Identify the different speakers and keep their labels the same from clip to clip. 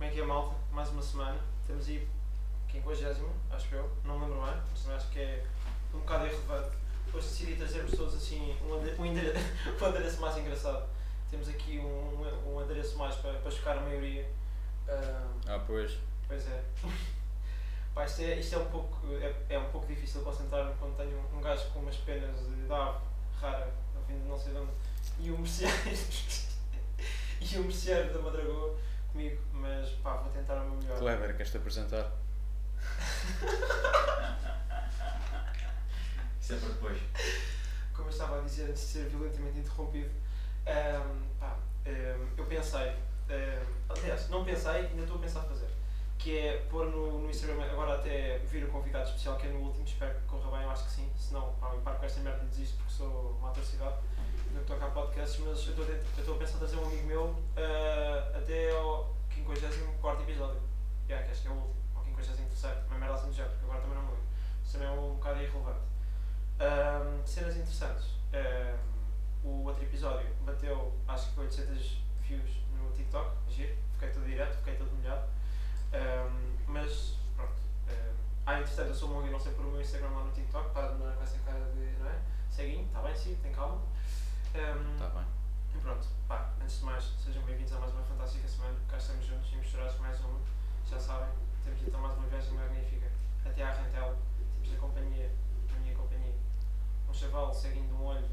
Speaker 1: aqui a é malta, mais uma semana. Estamos aí, 50, acho eu, não me lembro bem, mas também acho que é um bocado irrelevante. Hoje decidi trazermos todos assim um, ade- um, endere- um endereço mais engraçado. Temos aqui um, um endereço mais para, para chocar a maioria. Ah,
Speaker 2: Ah, pois.
Speaker 1: Pois é. Pá, isto é, isto é um pouco. É, é um pouco difícil concentrar-me quando tenho um, um gajo com umas penas de ave rara, vindo de não sei de onde, e um merceário. e um merceário da Madragoa comigo, mas pá, vou tentar o meu melhor.
Speaker 2: Clever, queres-te apresentar?
Speaker 3: Isso é para depois.
Speaker 1: Como eu estava a dizer antes de ser violentamente interrompido, ahm, pá, ahm, eu pensei. ahm, aliás, não pensei, ainda estou a pensar fazer. Que é pôr no, no Instagram agora até vir o convidado especial que é no último, espero que corra bem, eu acho que sim. Se não, pá, eu paro com esta merda e desisto porque sou uma atrocidade no que toca a podcasts, mas eu estou a- eu estou a pensar em trazer um amigo meu ah, até ao 54 episódio. Yeah, que acho que é o último, ou 53, uma merda assim do género, porque agora também não me lembro. Isso também é um bocado irrelevante. Ahm, cenas interessantes. Ahm, o outro episódio bateu acho que 800 views no TikTok, giro, fiquei todo direto, fiquei todo molhado. Ahm, mas pronto. ahm, ah, entretanto, eu sou mongo e não sei por o meu Instagram lá no TikTok, para de me olhar com essa cara de. não é? Seguinho, está bem, sim, tem calma. Ahm,
Speaker 2: Está Tá bem.
Speaker 1: e pronto, pá, antes de mais, sejam bem-vindos a mais uma fantástica semana. Cá estamos juntos e misturados mais uma. Já sabem, temos então mais uma viagem magnífica até à Rentela. Temos a companhia, a minha companhia. Um chaval seguindo um olho,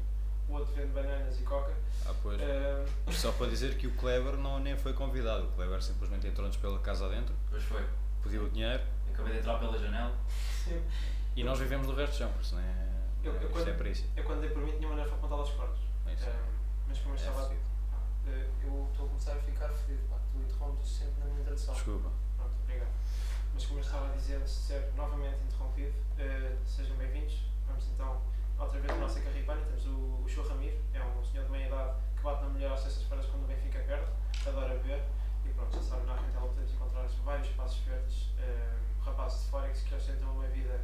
Speaker 1: o outro vendo bananas e coca. Eh,
Speaker 2: Ah, pois.
Speaker 1: Ahm,
Speaker 2: Isto só para dizer que o Clever não, nem foi convidado. O Clever simplesmente entrou-nos pela casa adentro,
Speaker 3: Depois foi.
Speaker 2: pediu o dinheiro
Speaker 3: Acabei de entrar pela janela.
Speaker 2: e nós vivemos do resto de chão, por isso não é.
Speaker 1: Eu- eu
Speaker 2: isto
Speaker 1: quando-
Speaker 2: é para isso.
Speaker 1: eu, quando dei por mim, tinha uma nerva apontada aos cortes.
Speaker 2: É isso.
Speaker 1: Ahm, Eh, mas como eu
Speaker 2: É
Speaker 1: estava.
Speaker 2: fedido.
Speaker 1: pá, eh, eu estou a começar a ficar fedido, pá, tu interrompes sempre na minha introdução.
Speaker 2: Desculpa.
Speaker 1: Pronto, obrigado. Mas como eu estava a dizer, antes de ser novamente interrompido, eh, sejam bem-vindos. Vamos então outra vez à nossa carripana. Temos o, o Chou Ramiro, é um senhor de meia idade que bate na mulher às sextas-feiras quando o Benfica perde, adora beber. E pronto, já sabem, na Rentela podemos encontrar vários espaços verdes, eh, rapazes de Forex que ostentam uma vida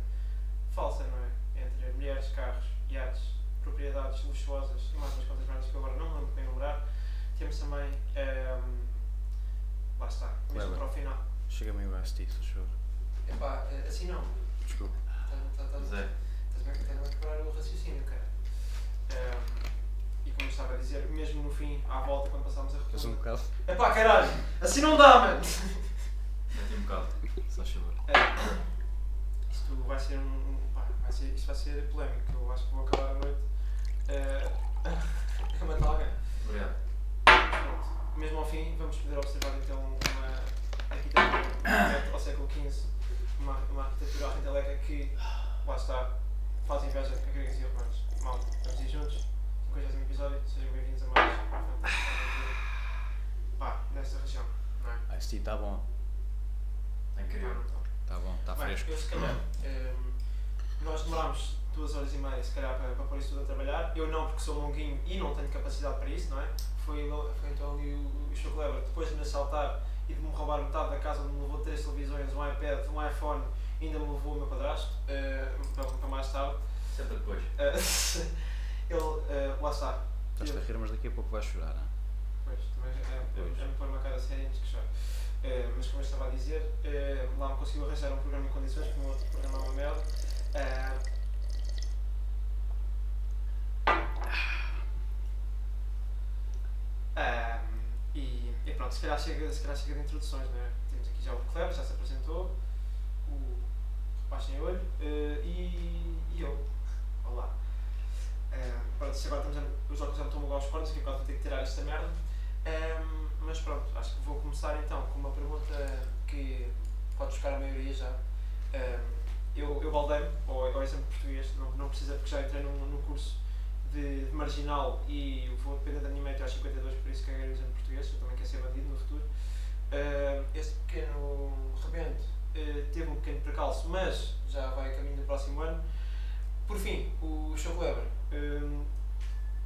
Speaker 1: falsa, não é? Entre mulheres, carros, iates, propriedades luxuosas e mais umas quantas merdas que eu agora não me lembro bem enumerar. Temos também. ehm, lá está, mesmo
Speaker 2: Clever.
Speaker 1: para o final.
Speaker 2: Chega-me o ST, se choro.
Speaker 1: Epá, eh, assim não. Tá,
Speaker 2: Desculpa.
Speaker 1: Estás
Speaker 3: Zé.
Speaker 1: a quebrar tá o raciocínio, cara. Ehm, e como eu estava a dizer, mesmo no fim, à volta, quando passámos a
Speaker 2: És um
Speaker 1: rotunda...
Speaker 2: bocado.
Speaker 1: Epá, caralho! Assim não dá, mano!
Speaker 3: Mete um bocado. Só favor.
Speaker 1: Eh, isto vai ser um... um- pá, vai ser, isto vai ser polémico. Eu acho que vou acabar a noite eh, a matar alguém.
Speaker 3: Obrigado.
Speaker 1: Pronto. Mesmo ao fim, vamos poder observar então uma arquitetura ao século XV, uma, uma arquitetura arrendeleca que, lá está, faz inveja a gregos e romanos. Mal, estamos aí juntos, 50 episódio, sejam bem-vindos a mais uma fantástica aventura. Pá, nesta região, não é?
Speaker 2: ST, está tá bom.
Speaker 3: É Incrível.
Speaker 1: Pá,
Speaker 2: Está bom, está
Speaker 1: Bem,
Speaker 2: Tá fresco.
Speaker 1: Eu se calhar, ehm, nós demorámos duas horas e meia se calhar para, para pôr isso tudo a trabalhar. Eu não, porque sou longuinho e não tenho capacidade para isso, não é? Foi, lo- foi então ali o, o Show Clever, depois de me assaltar e de me roubar metade da casa, onde me levou três televisões, um iPad, um iPhone, ainda me levou o meu padrasto, eh, para, para mais tarde.
Speaker 3: Isso é para depois.
Speaker 1: Eh, ele, eh, lá está,
Speaker 2: Estás-te a rir, mas daqui a pouco vais chorar. Não?
Speaker 1: Pois, também é,
Speaker 2: Pois.
Speaker 1: é, é me pôr uma cara séria antes que chore. Eh, mas como eu estava a dizer, eh, lá me conseguiu arranjar um programa em condições, porque o meu outro programa é uma merda. Eh, ah, e, e pronto, se calhar, chega, se calhar chega de introduções, não é? Temos aqui já o Cleber, já se apresentou, o rapaz sem olho eh, e, e eu. Olá. Ah, pronto, se agora estamos a, os óculos já me estão a mudar os cortes, que agora vou ter que tirar esta merda. Ahm, mas pronto, acho que vou começar então com uma pergunta que pode chocar a maioria já. Ahm, eu eu baldei-me, ou, é, ou exemplo português, não, não precisa porque já entrei num, num curso de, de marginal e vou depender da minha meta aos 52, por isso que caguei no exame de português, eu também quero ser bandido no futuro. Ahm, este pequeno rebento eh, teve um pequeno percalço, mas já vai a caminho do próximo ano. Por fim, o Show Weber hum,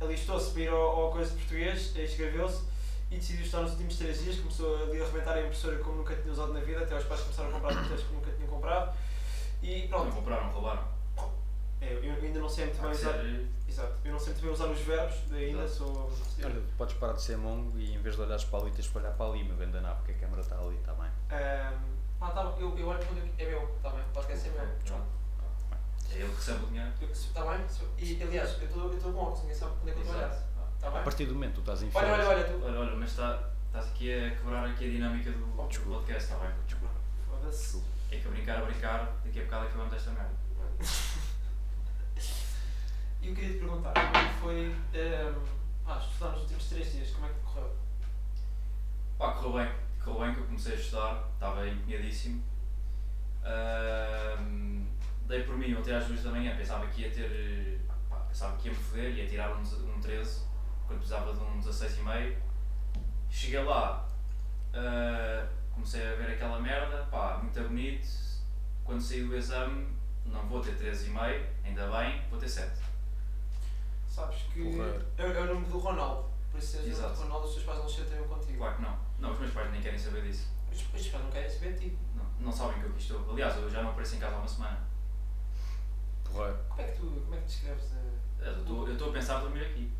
Speaker 1: alistou-se para ir ao, ao curso de português, inscreveu-se e decidiu estar nos últimos três dias. Começou ali a arrebentar a impressora como nunca tinha usado na vida, até os pais começaram a comprar impressoras que nunca tinham comprado. E
Speaker 3: Não
Speaker 1: pronto,
Speaker 3: compraram, roubaram.
Speaker 1: eu, eu ainda não sei muito
Speaker 3: Há
Speaker 1: bem
Speaker 3: que
Speaker 1: usar.
Speaker 3: ser- eh,
Speaker 1: Exato, eu não sei muito bem usar os verbos, ainda
Speaker 3: Exato.
Speaker 1: sou.
Speaker 2: Olha, podes parar de ser mongo e em vez de olhares para ali, tens de olhar para ali, meu grande nabo, porque a câmara está ali, está bem.
Speaker 1: Ah, tá é
Speaker 3: É
Speaker 1: Eu- se- Tá bem? Se- E aliás, eu estou eu estou com óculos, ninguém sabe onde é que eu estou a olhar.
Speaker 3: Exato. Ah.
Speaker 1: Tá
Speaker 2: A
Speaker 1: bem?
Speaker 2: partir do momento que tu estás em
Speaker 1: Olha, olha,
Speaker 2: férias-
Speaker 1: olha, tu.
Speaker 3: Olha, olha, mas está- estás aqui a quebrar aqui a dinâmica do, do
Speaker 2: Desculpa.
Speaker 3: podcast, está bem?
Speaker 1: Foda-se.
Speaker 3: É que a brincar, a brincar, daqui a bocado é acabamos esta merda.
Speaker 1: E eu queria te perguntar, como é que foi ehm, ah, estudar nos últimos três dias? Como é que correu?
Speaker 3: Pá, correu bem. Correu bem que eu comecei a estudar, estava empenhadíssimo. Ahm, dei por mim ontem às duas da manhã, pensava que ia ter. eh, Pá, pensava que ia me foder, ia tirar um, deze- um 13, quando precisava de um 16,5. Cheguei lá, ah, comecei a ver aquela merda, pá, muito bonito. Quando saí do exame, não vou ter 13,5, ainda bem, vou ter 7.
Speaker 1: Sabes que
Speaker 2: Porreiro.
Speaker 1: é, é o nome do Ronaldo, por isso se és o
Speaker 3: Exato.
Speaker 1: Ronaldo, os teus pais não se chateiam contigo.
Speaker 3: Claro que não. Não, os meus pais nem querem saber disso.
Speaker 1: Os os teus pais não querem saber de ti.
Speaker 3: Não, não sabem que eu aqui estou. Aliás, eu já não apareço em casa há uma semana.
Speaker 2: Porreiro.
Speaker 1: Como é que tu como é que descreves a.
Speaker 3: É, Eu estou- eu estou a pensar em dormir aqui.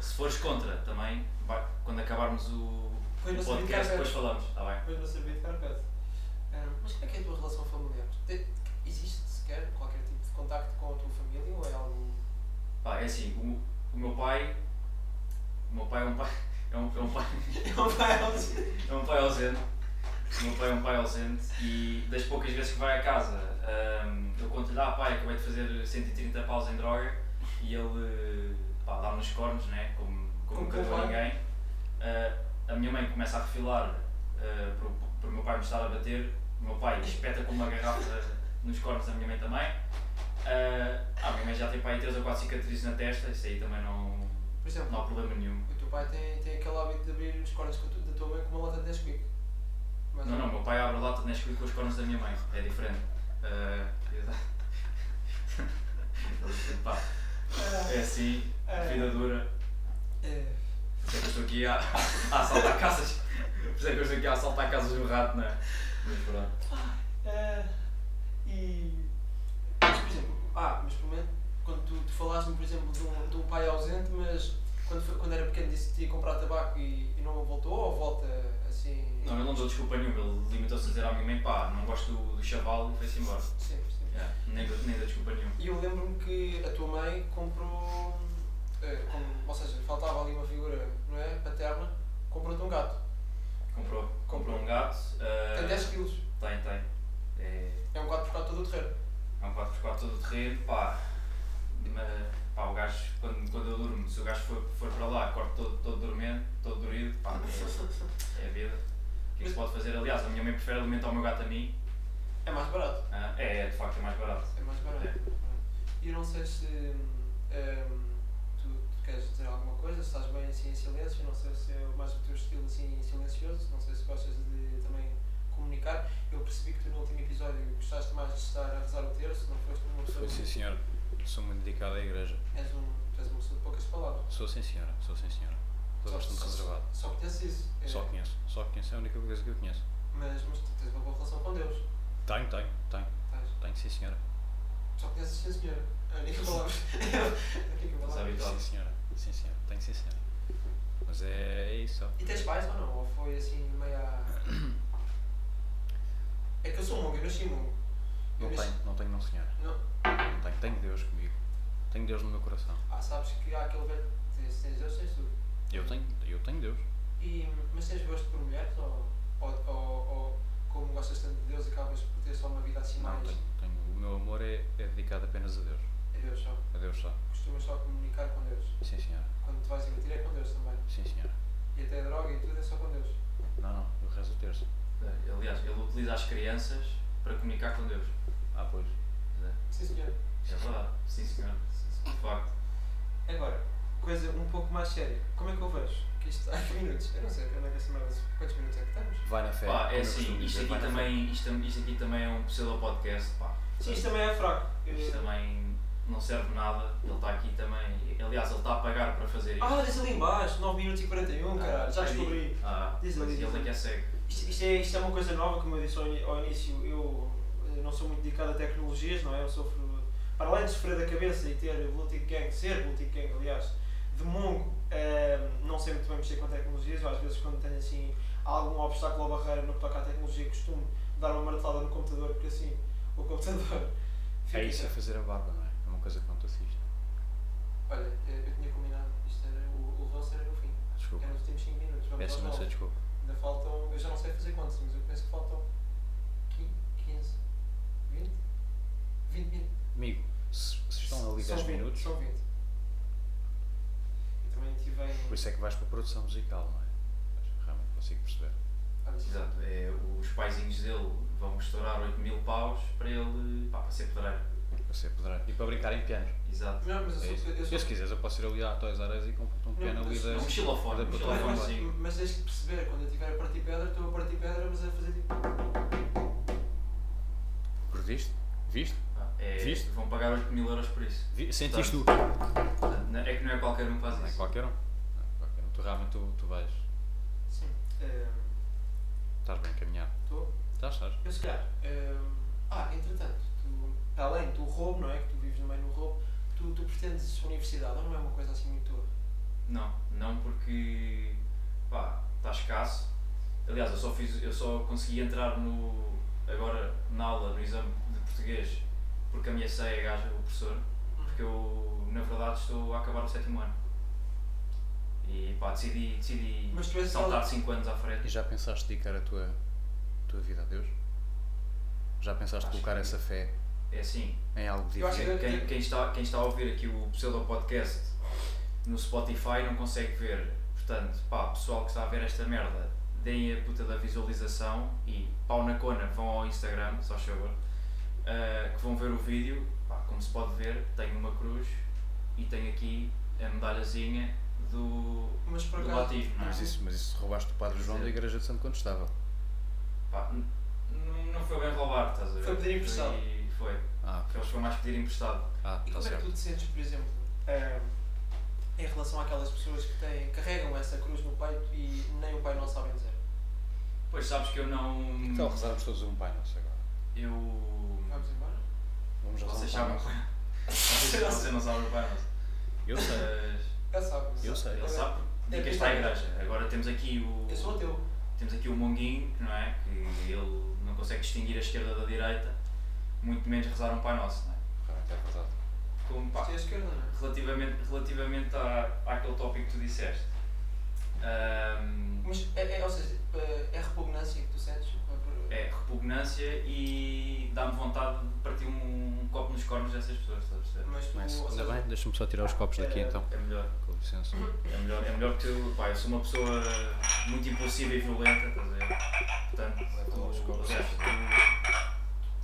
Speaker 3: Se fores contra, também, vai- quando acabarmos o,
Speaker 1: Pois
Speaker 3: o
Speaker 1: não sabia que
Speaker 3: Um podcast,
Speaker 1: era.
Speaker 3: depois falamos, está bem?
Speaker 1: Depois não sabia de carpete. mas como é que é a tua relação familiar? Te- Existe sequer qualquer tipo de contacto com a tua família ou é algo.
Speaker 3: Pá, é assim, o, o meu pai. O meu pai é um pai. É um, é um pai.
Speaker 1: É um pai ausente.
Speaker 3: É um pai ausente. O meu pai é um pai ausente e das poucas vezes que vai a casa, ahm, eu conto-lhe, ah pai, acabei de fazer 130 paus em droga e ele pá, dá-me nos cornos, né? como, como
Speaker 1: Como
Speaker 3: nunca
Speaker 1: bom
Speaker 3: deu a
Speaker 1: pai.
Speaker 3: ninguém. Ah, a minha mãe começa a refilar ah, para o- para o meu pai me estar a bater, o meu pai espeta com uma garrafa nos cornos da minha mãe também. Ah, a minha mãe já tem pai 3 ou 4 cicatrizes na testa, isso aí também não,
Speaker 1: Por exemplo,
Speaker 3: não há problema nenhum.
Speaker 1: o teu pai tem, tem aquele hábito de abrir os cornos com a tu- da tua mãe com uma lata de Nesquik. Mas
Speaker 3: Não, não, meu pai abre a lata de Nesquik com os cornos da minha mãe, é diferente. Ah, eu- Pá,
Speaker 1: Ah,
Speaker 3: é assim, vida dura.
Speaker 1: é.
Speaker 3: Por isso é que eu estou aqui a, a assaltar casas. Por isso é que eu estou aqui a assaltar casas do rato, não é? Mas pronto.
Speaker 1: Ah, e. Mas, por exemplo, ah, mas pelo menos quando tu, tu falaste-me, por exemplo, de um, de um pai ausente, mas quando, foi- quando era pequeno disse que ia comprar tabaco e, e não voltou, ou volta assim.
Speaker 3: Não, ele não deu desculpa nenhuma, ele limitou-se a dizer à minha mãe, pá, não gosto do, do chaval e foi-se embora.
Speaker 1: Sim, sim.
Speaker 3: Yeah, nem, deu, nem deu desculpa nenhuma.
Speaker 1: E eu lembro-me que a tua mãe comprou. eh, com- ou seja, faltava ali uma figura, não é? Paterna, comprou-te um gato.
Speaker 3: Comprou, comprou um gato. ah,
Speaker 1: Tem 10 quilos.
Speaker 3: tem, tem. É,
Speaker 1: É um 4x4 todo o terreno.
Speaker 3: É um 4x4 todo o terreno, pá. Mas, pá, o gajo, quando, quando eu durmo, se o gajo for, for para lá, corto todo, todo dormindo, todo dorido, pá, é, é a vida. O que é que se pode fazer? Aliás, a minha mãe prefere alimentar o meu gato a mim.
Speaker 1: É mais barato.
Speaker 3: Ah, é, é, de facto, é mais barato.
Speaker 1: É mais barato.
Speaker 3: É.
Speaker 1: E eu não sei se. ehm, tu, tu queres dizer alguma coisa, se estás bem assim em silêncio, não sei se é mais o teu estilo assim silencioso, não sei se gostas de também comunicar. Eu percebi que tu no último episódio gostaste mais de estar a rezar o terço, não foste uma pessoa.
Speaker 2: Sou sim senhor. Sou muito dedicado à igreja.
Speaker 1: És, um, tu és uma pessoa de poucas palavras.
Speaker 2: Sou sim senhora, sou sim senhora. Estou bastante reservado.
Speaker 1: Só conheces isso. É.
Speaker 2: um Só conheço, só conheço, é a única coisa que eu conheço.
Speaker 1: Mas, mas tu tens uma boa relação com Deus.
Speaker 2: Tenho, tenho, tenho,
Speaker 1: Tens.
Speaker 2: tenho sim senhora.
Speaker 1: Só conheces sim senhora. É A única palavra. É A única
Speaker 3: Estás
Speaker 1: palavra.
Speaker 3: habituado.
Speaker 2: Sim senhora, sim senhora, tenho sim senhora. Mas é, é isso.
Speaker 1: E tens pais ou não? Ou foi assim meio a... É que eu sou mongo, eu nasci mongo.
Speaker 3: É
Speaker 2: Não
Speaker 1: Mas-
Speaker 2: tenho, não tenho não senhora.
Speaker 1: Não.
Speaker 2: Não tenho, tenho Deus comigo. Tenho Deus no meu coração.
Speaker 1: Ah, sabes que há aquele velho que diz, tens Deus, tens tudo.
Speaker 2: Eu tenho, eu tenho Deus.
Speaker 1: E, mas tens gosto por mulheres ou, ou, ou, ou como gostas tanto de Deus acabas por ter só uma vida assim
Speaker 2: Não,
Speaker 1: mais...
Speaker 2: tenho, tenho. O meu amor é, é dedicado apenas a Deus.
Speaker 1: É Deus só.
Speaker 2: A Deus só.
Speaker 1: Costumas só comunicar com Deus.
Speaker 2: Sim senhora,
Speaker 1: Quando te vais divertir é com Deus também.
Speaker 2: sim senhora.
Speaker 1: E até a droga e tudo é só com Deus.
Speaker 2: Não, não, eu rezo o terço.
Speaker 3: É, Aliás, ele utiliza as crianças para comunicar com Deus.
Speaker 2: Ah, pois.
Speaker 1: Sim senhor.
Speaker 3: É verdade. Sim, senhor.
Speaker 1: Sim, senhor.
Speaker 3: De facto.
Speaker 1: Agora, coisa um pouco mais séria. Como é que eu vejo? Que isto está a minutos. Eu não sei, eu não sei mais quantos minutos é que estamos.
Speaker 2: Vai na fé.
Speaker 3: Pá,
Speaker 2: como
Speaker 3: é
Speaker 2: eu costumo
Speaker 3: assim, isto
Speaker 2: dizer,
Speaker 3: aqui,
Speaker 2: vai na fé.
Speaker 3: também, isto, isto aqui também é um pseudo-podcast, pá.
Speaker 1: Sim, isto também é fraco.
Speaker 3: Isto também não serve nada. Ele está aqui também. Aliás, ele está a pagar para fazer isto.
Speaker 1: Ah, diz ali embaixo, 9 minutos e 41, caralho, já
Speaker 3: é aí-
Speaker 1: descobri.
Speaker 3: Ah,
Speaker 1: Diz
Speaker 3: mas
Speaker 1: ali, diz
Speaker 3: ele é
Speaker 1: ali.
Speaker 3: que é cego.
Speaker 1: Isto, isto é, isto é uma coisa nova, como eu disse ao, ini- ao início, eu eh, não sou muito dedicado a tecnologias, não é? Eu sofro, para além de sofrer da cabeça e ter Bluetooth Gang, ser Bluetooth Gang, aliás, de mongo, eh, não sei muito bem mexer com tecnologias, eu às vezes quando tenho assim algum obstáculo ou barreira no que toca à tecnologia, costumo dar uma martelada no computador, porque assim o computador
Speaker 2: É
Speaker 1: Fica
Speaker 2: isso, é
Speaker 1: então.
Speaker 2: fazer a barba, não é? É uma coisa que não te assiste.
Speaker 1: Olha, eh, eu tinha combinado, isto era, o, o roster era o fim.
Speaker 2: Desculpa.
Speaker 1: Era nos últimos 5 minutos,
Speaker 3: É,
Speaker 1: vamos
Speaker 2: Peço
Speaker 1: aos
Speaker 2: imensa
Speaker 1: nove.
Speaker 2: desculpa.
Speaker 1: Ainda faltam, eu já não sei fazer quantos, mas eu penso que faltam 15, 20, 20 minutos.
Speaker 2: Amigo, se, se estão ali
Speaker 1: São
Speaker 2: 10
Speaker 1: vinte,
Speaker 2: minutos,
Speaker 1: São 20. Eu também tive em.
Speaker 2: por isso é que vais para a produção musical, não é? Mas Realmente consigo perceber.
Speaker 1: Olha,
Speaker 3: Exato, é, os paizinhos dele vão estourar 8 mil paus para ele, pá, para ser pedreiro.
Speaker 2: Você poderá. E para brincar em pianos.
Speaker 3: Exato.
Speaker 1: Não, mas eu
Speaker 2: É
Speaker 1: sou.
Speaker 2: isso.
Speaker 1: eu
Speaker 2: Eu,
Speaker 1: sou-
Speaker 2: se quiseres, eu posso ir ali à Toys R Us e comprar um
Speaker 1: Não,
Speaker 2: piano ali
Speaker 1: mas-
Speaker 2: da.
Speaker 3: Um xilofone,
Speaker 2: da
Speaker 3: um
Speaker 2: plataforma.
Speaker 1: Olha,
Speaker 3: xilofone,
Speaker 1: mas,
Speaker 3: sim.
Speaker 1: mas tens que perceber, quando eu estiver a partir pedra, estou a partir pedra, mas a fazer tipo.
Speaker 2: Viste? Viste?
Speaker 3: Pá, é-
Speaker 2: Viste?
Speaker 3: vão pagar 8 mil euros por isso.
Speaker 2: Vi- Sentiste tu?
Speaker 3: Portanto, É que não é qualquer um que faz
Speaker 2: Não é
Speaker 3: isso.
Speaker 2: qualquer um. Não é qualquer um. Tu realmente tu, tu vais.
Speaker 1: Sim. Ehm,
Speaker 2: Estás bem encaminhado.
Speaker 1: Estou.
Speaker 2: Estás, estás.
Speaker 1: Eu se calhar. hum, ah, entretanto, tu, para além do roubo, não é? Que tu vives no meio do roubo, tu, tu pretendes universidade ou não é uma coisa assim muito tua?
Speaker 3: Não, não porque pá, está escasso. Aliás, eu só, fiz, eu só consegui entrar no, agora na aula, no exame de português, porque ameacei a gaja, o professor, porque eu na verdade estou a acabar o sétimo ano. E pá, decidi, decidi
Speaker 1: Mas tu és
Speaker 3: saltar 5 anos à frente.
Speaker 2: E já pensaste dedicar a tua, a tua vida a Deus? Já pensaste
Speaker 3: Acho
Speaker 2: colocar
Speaker 3: que-
Speaker 2: essa fé
Speaker 3: É assim,
Speaker 2: em algo
Speaker 1: Eu acho
Speaker 2: divino?
Speaker 3: quem, quem- quem está, quem está a ouvir aqui o pseudo podcast no Spotify não consegue ver. Portanto, pá, pessoal que está a ver esta merda, deem a puta da visualização e pau na cona, vão ao Instagram, só favor, ah, que vão ver o vídeo. Pá, como se pode ver, tenho uma cruz e tenho aqui a medalhazinha do,
Speaker 1: Mas por
Speaker 3: do
Speaker 1: acaso.
Speaker 3: batismo. não é?
Speaker 2: Mas isso, mas isso roubaste o Padre João
Speaker 3: Sim.
Speaker 2: da Igreja de Santo Contestável.
Speaker 3: Pá, n- n- não foi bem roubar, estás a ver?
Speaker 1: Foi pedir emprestado.
Speaker 3: Foi, foi.
Speaker 2: Ah,
Speaker 3: Eles foram mais pedir emprestado.
Speaker 2: ah
Speaker 1: E
Speaker 2: está
Speaker 1: como é que
Speaker 2: certo.
Speaker 1: tu te sentes, por exemplo, hum, em relação àquelas pessoas que têm, carregam essa cruz no peito e nem o pai não sabem dizer?
Speaker 3: Pois sabes que eu não.
Speaker 2: Então rezarmos todos um Pai Nosso agora.
Speaker 3: Eu.
Speaker 1: Vamos embora?
Speaker 2: Vamos rezar
Speaker 3: Vocês
Speaker 2: um Pai
Speaker 3: sabem o
Speaker 2: Nosso.
Speaker 3: Pai Nosso. Vocês não sabem o Pai Nosso.
Speaker 2: Eu sei.
Speaker 3: Mas
Speaker 1: Ele sabe.
Speaker 2: Eu sei.
Speaker 3: ele sabe porque de quem está a igreja. Agora temos aqui o.
Speaker 1: é Eu sou ateu.
Speaker 3: Temos aqui o Monguinho, que não é? Que ele não consegue distinguir a esquerda da direita, muito menos rezar um Pai Nosso, não é?
Speaker 2: Realmente é verdade.
Speaker 3: Como pá,
Speaker 1: Isto é a esquerda, não é?
Speaker 3: relativamente, relativamente à, àquele tópico que tu disseste. ahm,
Speaker 1: Mas, é, é- ou seja, é é repugnância que tu sentes? É,
Speaker 3: é repugnância e dá-me vontade de partir um, um copo nos cornos dessas pessoas, estás a
Speaker 1: por-
Speaker 3: perceber?
Speaker 1: Mas tu.
Speaker 2: Mas,
Speaker 1: ou
Speaker 2: é assim. ainda
Speaker 1: seja,
Speaker 2: bem, deixa-me só tirar os copos daqui
Speaker 1: eh,
Speaker 2: então.
Speaker 3: É melhor.
Speaker 2: Com licença.
Speaker 3: É melhor, é melhor que eu, pá, eu sou uma pessoa muito impulsiva e violenta, estás a ver? Portanto,
Speaker 2: Leva lá os
Speaker 3: tu,
Speaker 2: copos.
Speaker 3: aliás, tu,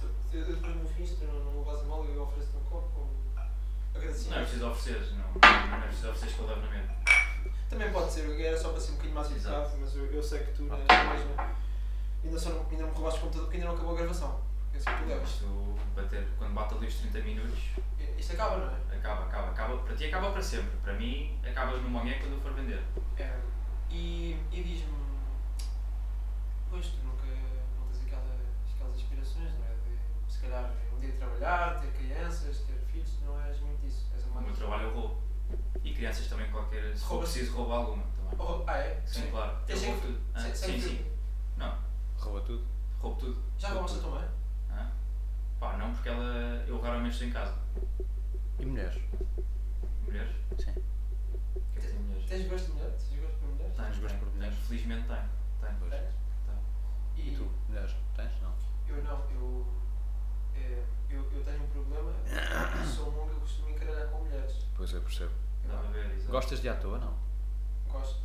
Speaker 1: tu- Eu eu depois no fim, se tu não, não levas a mal, eu ofereço-te um copo. um Agradecido.
Speaker 3: não é preciso ofereceres, não, não é preciso ofereceres que eu levo na mesma.
Speaker 1: Também pode ser, eu era só para ser um bocadinho mais
Speaker 3: Exato.
Speaker 1: educado, mas eu, eu sei que tu na, na mesma ainda, só não, ainda não me roubaste o computador porque ainda não acabou a gravação. Eu sei que tu levas.
Speaker 3: Isto, bater, quando bate ali os 30 minutos,
Speaker 1: I- Isto acaba, não é?
Speaker 3: acaba, acaba, acaba, para ti acaba para sempre, para mim acabas no manhã quando eu for vender.
Speaker 1: É. E, e diz-me. Pois tu nunca, não tens aquela, aquelas aspirações, não é? De se calhar um dia trabalhar, ter crianças, ter filhos, não és muito isso. És
Speaker 3: O
Speaker 1: uma.
Speaker 3: meu trabalho eu roubo. E crianças também qualquer, se for
Speaker 1: Roubas?
Speaker 3: preciso roubo alguma também.
Speaker 1: Oh, ah, é?
Speaker 3: Sim, claro, eu
Speaker 1: Tens
Speaker 3: roubo
Speaker 1: sempre-
Speaker 3: tudo. Hã?
Speaker 1: Sem- sem
Speaker 3: Sim,
Speaker 1: filho?
Speaker 3: sim, não,
Speaker 2: Rouba tudo.
Speaker 3: roubo tudo.
Speaker 1: Já
Speaker 3: Roubo
Speaker 1: roubaste a
Speaker 3: tudo.
Speaker 1: tua mãe?
Speaker 3: Hã? Pá, não porque ela, eu raramente estou em casa.
Speaker 2: E mulheres?
Speaker 3: Mulheres?
Speaker 2: Sim.
Speaker 3: Quer dizer, mulheres?
Speaker 1: Tens gosto de mulher? Tens gosto por mulheres?
Speaker 3: Tenho,
Speaker 2: Tens gosto por
Speaker 3: tenho,
Speaker 2: mulheres?
Speaker 3: tenho. Felizmente tenho. Tenho.
Speaker 2: Pois.
Speaker 1: Tens?
Speaker 3: Tá.
Speaker 2: E tu? Mulheres? Tens? Não.
Speaker 1: Eu não, eu, eh, eu, eu tenho um problema, eu sou um homem, eu costumo encaralhar com mulheres.
Speaker 2: Pois eu percebo.
Speaker 3: Dá para ver, exato.
Speaker 2: Gostas de à toa, não?
Speaker 1: Gosto,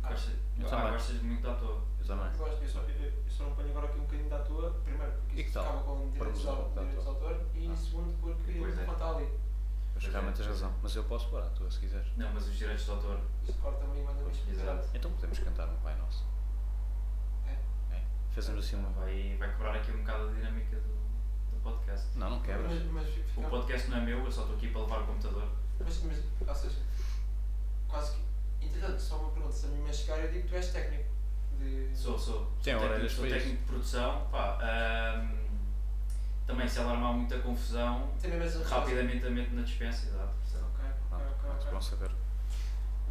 Speaker 3: Gosta-
Speaker 2: Eu
Speaker 3: ah,
Speaker 2: também.
Speaker 3: gostas muito da toa.
Speaker 2: Eu também.
Speaker 1: gosto, eu só, eu, eu só não ponho agora aqui um bocadinho da tua, primeiro porque
Speaker 2: E que
Speaker 1: isto
Speaker 2: tal?
Speaker 1: acaba com direitos de
Speaker 2: Produção
Speaker 1: au-
Speaker 2: da
Speaker 1: direitos de autor e
Speaker 2: Ah.
Speaker 1: segundo porque
Speaker 3: Pois
Speaker 1: não
Speaker 3: é.
Speaker 1: está ali.
Speaker 2: Mas
Speaker 3: Pois é,
Speaker 2: realmente tens
Speaker 3: pois é.
Speaker 2: razão. Mas eu posso pôr à toa se quiseres.
Speaker 3: Não, mas os direitos de autor.
Speaker 1: Isto corta-me e manda-me isto
Speaker 3: Exato.
Speaker 2: Então podemos cantar um Pai Nosso. É? É. Fazemos assim uma.
Speaker 3: Vai, vai quebrar aqui um bocado a dinâmica do, do podcast.
Speaker 2: Não, não quebras.
Speaker 1: Mas, mas, fica-
Speaker 3: O podcast não é meu, eu só estou aqui para levar o computador.
Speaker 1: mas, mas, ou seja, quase que. Entretanto, só uma pergunta, se a minha mãe chegar eu digo que tu és técnico. De...
Speaker 3: Sou, sou.
Speaker 2: Tem
Speaker 3: sou técnico,
Speaker 2: orelhas
Speaker 3: sou
Speaker 2: para isso.
Speaker 3: técnico de produção. Pá, ahm, também se alarmar muita confusão,
Speaker 1: Tem mesmo essa
Speaker 3: rapidamente a mente na dispensa, exato. percebo.
Speaker 1: Ok, ok,
Speaker 2: Pronto,
Speaker 1: ok,
Speaker 2: mas
Speaker 1: ok.
Speaker 2: bom saber.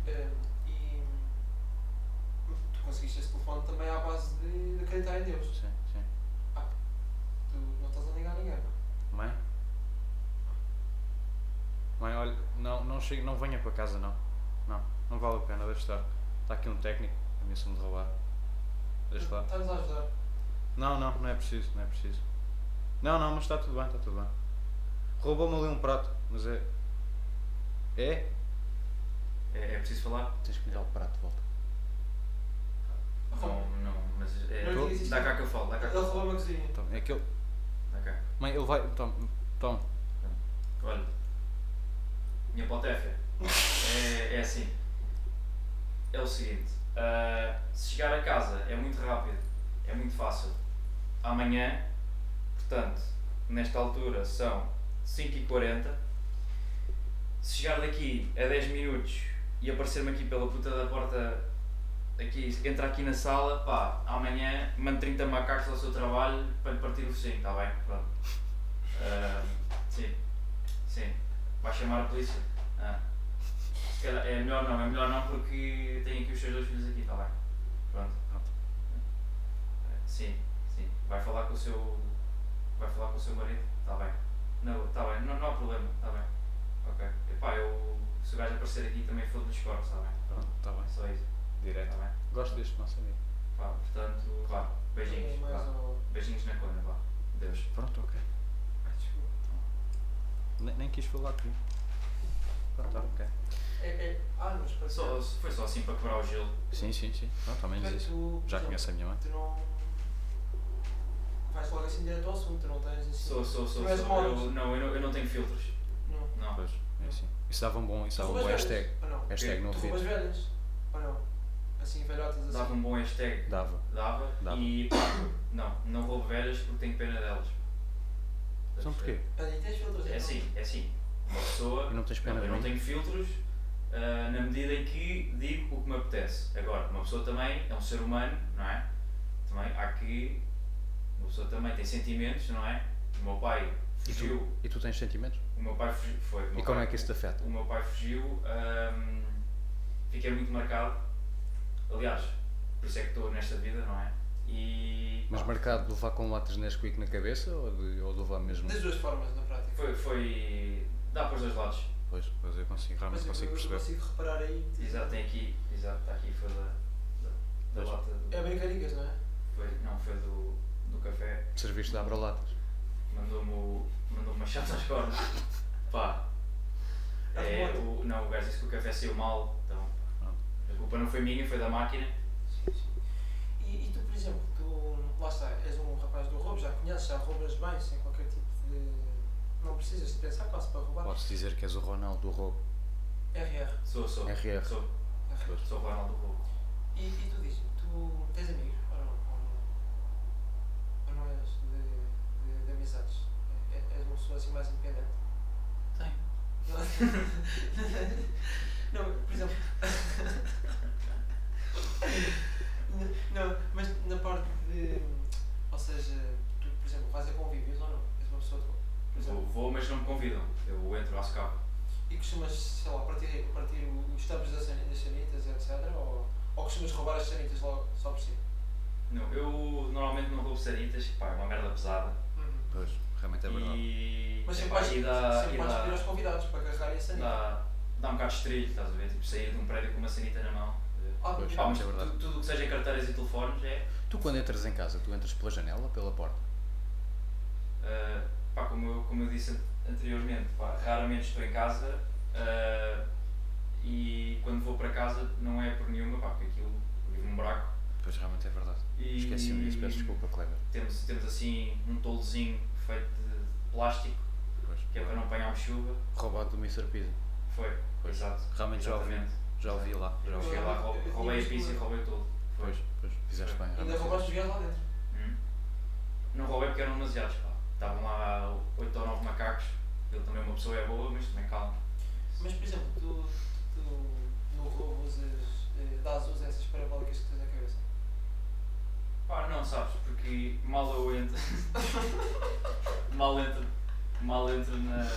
Speaker 1: Eh, e tu conseguiste esse telefone também à base de acreditar em Deus.
Speaker 2: Sim, sim. é?
Speaker 1: Tu não estás a ligar a ninguém.
Speaker 2: Mãe? chega, não venha para casa, não. Não, não vale a pena, deixa estar. Está aqui um técnico, ameaçou-me de roubar. Deixa lá.
Speaker 1: Estás a ajudar.
Speaker 2: Não, não, não é preciso, não é preciso. Não, não, mas está tudo bem, está tudo bem. Roubou-me ali um prato, mas é. É?
Speaker 3: É, é preciso falar?
Speaker 2: Tens que me dar o prato de volta.
Speaker 3: Não, não, mas é.
Speaker 1: Não digas isto.
Speaker 3: Dá cá que eu falo, dá cá
Speaker 1: Ele
Speaker 3: que eu
Speaker 1: roubou
Speaker 3: falo.
Speaker 1: uma cozinha.
Speaker 2: Então, é que ele.
Speaker 3: Dá cá.
Speaker 2: Mãe, ele vai. então, Tom, Tom,
Speaker 3: Olha, minha potéfia é, é assim. É o seguinte, ah, se chegar a casa é muito rápido, é muito fácil. Amanhã, portanto, nesta altura são 5h40. Se chegar daqui a 10 minutos e aparecer-me aqui pela puta da porta, aqui, entra aqui na sala, pá, amanhã mando 30 macacos ao seu trabalho para lhe partir o focinho, está bem? Pronto. Ah, sim. Sim. Vai chamar a polícia? Ah. Se calhar, é melhor não, é melhor não porque tenho aqui os seus dois filhos aqui, está bem? Pronto.
Speaker 2: Pronto.
Speaker 3: Eh, Sim, sim. Vai falar com o seu. Vai falar com o seu marido? Está bem. Não, está bem, não, não há problema, está bem. Ok. Epá, eu. Se o gajo aparecer aqui também foda-me os corpos, está bem?
Speaker 2: pronto, está
Speaker 3: É
Speaker 2: bem.
Speaker 3: só isso,
Speaker 2: Direto.
Speaker 3: está bem?
Speaker 2: Gosto deste nosso amigo.
Speaker 3: Pá, portanto, vá. Beijinhos.
Speaker 1: Tem mais
Speaker 3: Vá.
Speaker 1: um-
Speaker 3: Beijinhos na cona, vá. Deus.
Speaker 2: Pronto, ok.
Speaker 1: Ai, desculpa.
Speaker 2: Nem, nem quis falar comigo. Pronto, tá, ok.
Speaker 1: É, é. Ah, mas para
Speaker 3: Só, foi só assim para quebrar o gelo.
Speaker 2: Sim, sim, sim. Pronto, ao menos isso.
Speaker 1: Tu,
Speaker 2: Já
Speaker 1: tu-
Speaker 2: conheço a minha mãe.
Speaker 1: Tu não. Vais logo assim direto ao assunto, tu não tens assim.
Speaker 3: Sou, sou, sou.
Speaker 1: Tu és
Speaker 3: sou.
Speaker 1: monos.
Speaker 3: Eu, não, eu não, eu não tenho filtros.
Speaker 1: Não.
Speaker 3: Não.
Speaker 2: Pois, é assim. Isso dava um bom, isso
Speaker 1: Tu
Speaker 2: dava um
Speaker 1: roubas
Speaker 2: bom
Speaker 1: velhas?
Speaker 2: hashtag.
Speaker 1: Ou
Speaker 3: É,
Speaker 1: não?
Speaker 2: Hashtag no
Speaker 1: Tu roubas
Speaker 2: ouvido.
Speaker 1: velhas? Ou não? Assim, velhotas
Speaker 3: Dava
Speaker 1: assim.
Speaker 3: um bom hashtag.
Speaker 2: Dava.
Speaker 3: Dava.
Speaker 2: Dava.
Speaker 3: E pá, não, não roubo velhas porque tenho pena delas.
Speaker 2: Então porquê?
Speaker 1: Ah, e tens filtros
Speaker 3: É
Speaker 1: então?
Speaker 3: assim, é assim. Uma pessoa.
Speaker 2: E não tens pena
Speaker 3: eu
Speaker 2: de
Speaker 3: não
Speaker 2: mim?
Speaker 3: tenho filtros ah, na medida em que digo o que me apetece. Agora, uma pessoa também é um ser humano, não é? Também há que. Uma pessoa também tem sentimentos, não é? O meu pai
Speaker 2: E
Speaker 3: fugiu.
Speaker 2: tu, e tu tens sentimentos?
Speaker 3: O meu pai fugiu. Foi. o meu
Speaker 2: E como
Speaker 3: pai-
Speaker 2: é que isso te afeta?
Speaker 3: O meu pai fugiu, hum, fiquei muito marcado. Aliás, por isso é que estou nesta vida, não é? E.
Speaker 2: Mas
Speaker 3: pá,
Speaker 2: marcado de levar com latas de Nesquik na cabeça ou de, ou de levar mesmo?
Speaker 1: Das duas formas, na prática.
Speaker 3: Foi, foi. dá para os dois lados.
Speaker 2: Pois, pois eu consigo, realmente
Speaker 1: Mas eu
Speaker 2: consigo
Speaker 1: eu
Speaker 2: perceber.
Speaker 1: consigo reparar aí.
Speaker 3: Exato, tem aqui. Exato, está aqui, foi da. da,
Speaker 2: Pois.
Speaker 3: da lata. do-
Speaker 1: É brincarigas, não é?
Speaker 3: foi, não, foi do, do café.
Speaker 2: Serviço de abra-latas.
Speaker 3: Mandou-me o- mandou-me uma chata às cordas. Pá. É,
Speaker 1: Arrumou-te.
Speaker 3: o, não, o gajo disse que o café saiu mal, então.
Speaker 2: Ah.
Speaker 3: pá, A culpa não foi minha, foi da máquina.
Speaker 1: Sim, sim. E, e tu, por exemplo, tu lá está, és um rapaz do roubo, já conheces, já roubas bem, sem qualquer tipo de. Não precisas de pensar quase para roubar.
Speaker 2: Podes dizer que és o Ronaldo do roubo.
Speaker 1: RR.
Speaker 3: Sou, sou.
Speaker 2: RR.
Speaker 3: Sou, sou o Ronaldo Roubo.
Speaker 1: E, e tu dizes-me, tu tens amigos? Ou não? Ou não, ou não és de, de, de amizades? É- é- És uma pessoa assim mais independente?
Speaker 3: Tenho.
Speaker 1: Não, por exemplo. Não, mas na parte de. Ou seja, tu, por exemplo, vais a convívios ou não? És uma pessoa. de- Por
Speaker 3: Vou,
Speaker 1: exemplo,
Speaker 3: vou, mas não me convidam. Eu entro, faço cabo.
Speaker 1: e costumas, sei lá, partir, partir o- os tampos das sani- das sanitas, etc. Ou, ou costumas roubar as sanitas logo só por si?
Speaker 3: Não, eu normalmente não roubo sanitas, pá, é uma merda pesada.
Speaker 2: Pois, realmente é verdade.
Speaker 3: E.
Speaker 1: Mas sempre
Speaker 3: epá,
Speaker 1: vais,
Speaker 3: e dá,
Speaker 1: sempre
Speaker 3: e
Speaker 1: vais pedir aos
Speaker 3: dá,
Speaker 1: convidados para carregarem a sanita.
Speaker 3: dá, dá um bocado de estrilho, estás a ver? Tipo, sair de um prédio com uma sanita na mão.
Speaker 1: Ah,
Speaker 2: Pois.
Speaker 1: porque-
Speaker 3: Pá, mas
Speaker 2: é verdade.
Speaker 3: tu- tudo o que seja carteiras e telefones é.
Speaker 2: Tu quando entras em casa, tu entras pela janela ou pela porta?
Speaker 3: Uh, pá, como, eu, como eu disse an- anteriormente, pá, raramente estou em casa uh, e quando vou para casa não é por nenhuma, pá, porque aquilo eu vivo num buraco.
Speaker 2: Pois, realmente é verdade.
Speaker 3: E-
Speaker 2: Esqueci-me disso, peço desculpa, Cleber.
Speaker 3: Temos, temos assim um toldozinho feito de plástico,
Speaker 2: Pois,
Speaker 3: que é para não apanharmos chuva.
Speaker 2: Roubado do Mr. Pizza.
Speaker 3: Foi,
Speaker 2: Pois.
Speaker 3: exato.
Speaker 2: Realmente já ouvi,
Speaker 3: Exatamente.
Speaker 2: já ouvi lá. Já
Speaker 3: Eu
Speaker 2: ouvi
Speaker 3: cheguei
Speaker 2: lá.
Speaker 3: lá, rou-
Speaker 1: Eu- eu
Speaker 3: roubei a
Speaker 1: tinha
Speaker 3: pizza e
Speaker 1: isto-
Speaker 3: roubei tudo. Foi.
Speaker 2: Pois, pois, fizeste bem.
Speaker 1: Ainda
Speaker 2: Realmente.
Speaker 1: roubaste os gajos lá dentro.
Speaker 3: Hum. Não roubei porque eram demasiados, pá. Estavam lá 8 ou 9 macacos. Ele também é uma pessoa é boa, mas também calma.
Speaker 1: Mas, por exemplo, tu, tu no roubo usas, eh, dás uso a essas parabólicas que tens na cabeça.
Speaker 3: Pá, não sabes, porque mal eu entro. mal entro. Mal entro, na,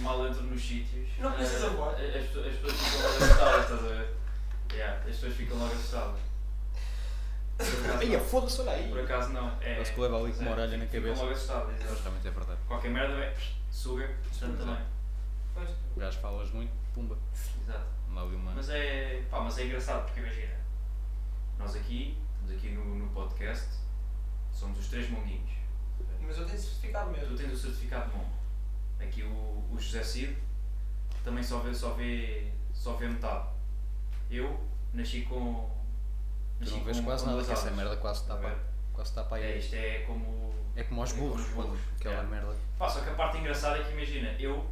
Speaker 3: mal entro nos sítios.
Speaker 1: Não
Speaker 3: eh,
Speaker 1: precisa voar.
Speaker 3: As, pessoas- as pessoas ficam logo assustadas, estás a ver? Yeah, as pessoas ficam logo assustadas. Por acaso,
Speaker 2: Eia, foda-se, olha
Speaker 3: não.
Speaker 2: aí.
Speaker 3: Por acaso não. É,
Speaker 2: Parece que leva ali com uma
Speaker 3: é,
Speaker 2: orelha na
Speaker 3: Ficam
Speaker 2: cabeça.
Speaker 3: logo assustadas, exato.
Speaker 2: Pois, realmente é verdade.
Speaker 3: Qualquer merda, bem, suga, portanto
Speaker 2: Exato.
Speaker 3: também.
Speaker 1: Pois.
Speaker 2: O gajo falas muito, pumba.
Speaker 3: Exato.
Speaker 2: Dá ali uma.
Speaker 3: Mas é, pá, mas é engraçado porque imagina, nós aqui, estamos aqui no, no podcast, somos os três monguinhos.
Speaker 1: Mas eu tenho certificado
Speaker 3: Tu
Speaker 1: mesmo.
Speaker 3: tens o certificado mongo. Aqui o, o José Cid também só vê, só vê, só vê metade. Eu nasci com.
Speaker 2: Tu
Speaker 3: nasci
Speaker 2: não vês
Speaker 3: com-
Speaker 2: quase
Speaker 3: com
Speaker 2: nada,
Speaker 3: duas
Speaker 2: que essa
Speaker 3: asas.
Speaker 2: merda quase
Speaker 3: Estás a
Speaker 2: tapa,
Speaker 3: ver?
Speaker 2: quase tapa aí.
Speaker 3: É, isto é como.
Speaker 2: É como aos
Speaker 3: é como
Speaker 2: burros,
Speaker 3: os
Speaker 2: quando-
Speaker 3: burros,
Speaker 2: aquela
Speaker 3: é.
Speaker 2: merda.
Speaker 3: Pá, só que a parte engraçada é que imagina, eu,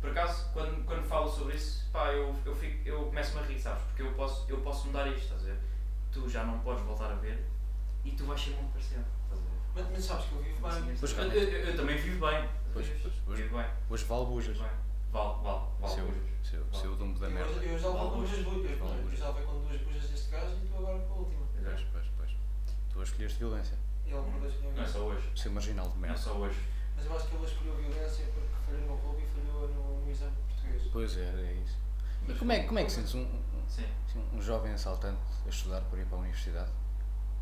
Speaker 3: por acaso, quando, quando falo sobre isso, pá, eu, eu, fico- eu começo-me a rir, sabes? Porque eu posso, eu posso mudar isto, estás a ver? Tu já não podes voltar a ver e tu vais ser muito parecido, estás a ver?
Speaker 1: Mas, mas sabes que eu vivo
Speaker 3: Assim,
Speaker 1: bem.
Speaker 3: é-
Speaker 2: Pois,
Speaker 3: eu,
Speaker 2: realmente.
Speaker 3: eu, eu também vivo bem,
Speaker 2: Pois, pois, pois.
Speaker 3: vivo bem,
Speaker 2: Hoje vale bujas. é
Speaker 3: vivo bem. é? Vale, vale, vale.
Speaker 2: Se eu-
Speaker 3: hoje.
Speaker 2: se eu- se eu dumbo da
Speaker 1: Eu,
Speaker 2: merda.
Speaker 1: eu já levei com
Speaker 3: Alguns.
Speaker 1: duas bujas. não é?
Speaker 2: Alguns.
Speaker 1: Eu já levei com duas bujas deste gajo e tu agora com a última.
Speaker 2: Pois,
Speaker 3: Exato.
Speaker 2: pois, pois. Tu escolheste violência.
Speaker 1: Ele mudou as
Speaker 3: Não é só hoje,
Speaker 2: Ser marginal de
Speaker 3: não é
Speaker 2: merda.
Speaker 3: só hoje.
Speaker 1: Mas eu acho que ele escolheu violência porque falhou no clube e falhou no, no exame português.
Speaker 2: Pois é, é isso. E
Speaker 3: Mas
Speaker 2: como é, como é que sentes um, um,
Speaker 3: Sim.
Speaker 2: assim, um jovem assaltante a estudar por ir para a universidade?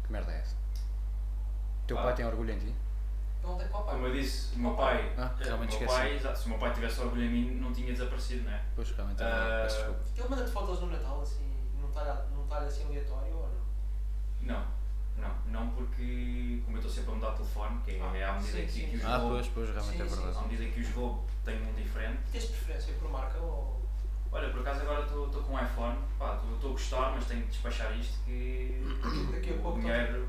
Speaker 2: Que merda é essa? O teu
Speaker 3: Ah.
Speaker 2: pai tem orgulho em ti?
Speaker 1: Não tem qual
Speaker 3: Como eu
Speaker 1: pai.
Speaker 3: disse, o meu pai,
Speaker 2: Ah,
Speaker 3: eh, o
Speaker 2: realmente
Speaker 3: meu
Speaker 2: esqueci.
Speaker 3: pai exato, se o meu pai tivesse orgulho em mim, não tinha desaparecido, não é?
Speaker 2: Pois realmente é
Speaker 3: Ah.
Speaker 2: verdade. Peço desculpa.
Speaker 1: Ele manda-te fotos no Natal assim, num talho, num talho assim aleatório ou não?
Speaker 3: Não, não, não porque como eu estou sempre a mudar de telefone, que é
Speaker 1: Ah,
Speaker 3: à medida
Speaker 1: sim,
Speaker 3: que,
Speaker 1: sim.
Speaker 3: que os
Speaker 2: Ah,
Speaker 3: vou,
Speaker 2: pois, pois, realmente
Speaker 1: Sim,
Speaker 2: é
Speaker 1: sim.
Speaker 2: verdade.
Speaker 3: à medida que os vou tenho um diferente.
Speaker 1: Tens preferência por marca ou.
Speaker 3: Olha, por acaso agora estou estou com um iPhone, pá, estou- estou a gostar, mas tenho que despachar isto que
Speaker 1: Daqui a
Speaker 3: o
Speaker 1: pouco
Speaker 3: dinheiro.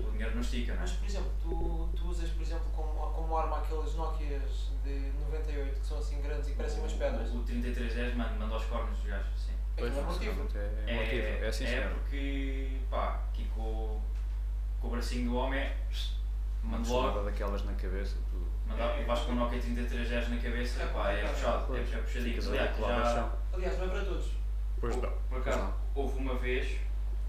Speaker 3: O dinheiro não estica, não é?
Speaker 1: Mas por exemplo, tu, tu usas por exemplo como, como arma aqueles Nokias de 98 que são assim grandes e que parecem umas
Speaker 3: O-
Speaker 1: pedras.
Speaker 3: O, o 3310 manda, manda aos cornos dos gajos, sim.
Speaker 1: Aquilo
Speaker 2: Pois,
Speaker 1: é
Speaker 2: mas
Speaker 1: motivo.
Speaker 2: realmente é é motivo. É assim,
Speaker 3: é
Speaker 2: senhor.
Speaker 3: porque, pá, aqui com, o- com o bracinho do homem é.
Speaker 2: Uma
Speaker 3: Mando logo.
Speaker 2: tesourada daquelas na cabeça. Tu...
Speaker 3: Mandar, vais com o Nokia 33 gajos na cabeça,
Speaker 1: É
Speaker 3: pá, é
Speaker 1: complicado.
Speaker 3: puxado, é,
Speaker 2: É. Pois,
Speaker 3: é puxadinho.
Speaker 2: ficas ali
Speaker 3: Aliás,
Speaker 2: colado ao
Speaker 3: já,
Speaker 2: chão.
Speaker 1: Aliás, não é para todos.
Speaker 2: Pois não.
Speaker 3: por
Speaker 2: Pois
Speaker 3: acaso,
Speaker 2: não.
Speaker 3: houve uma vez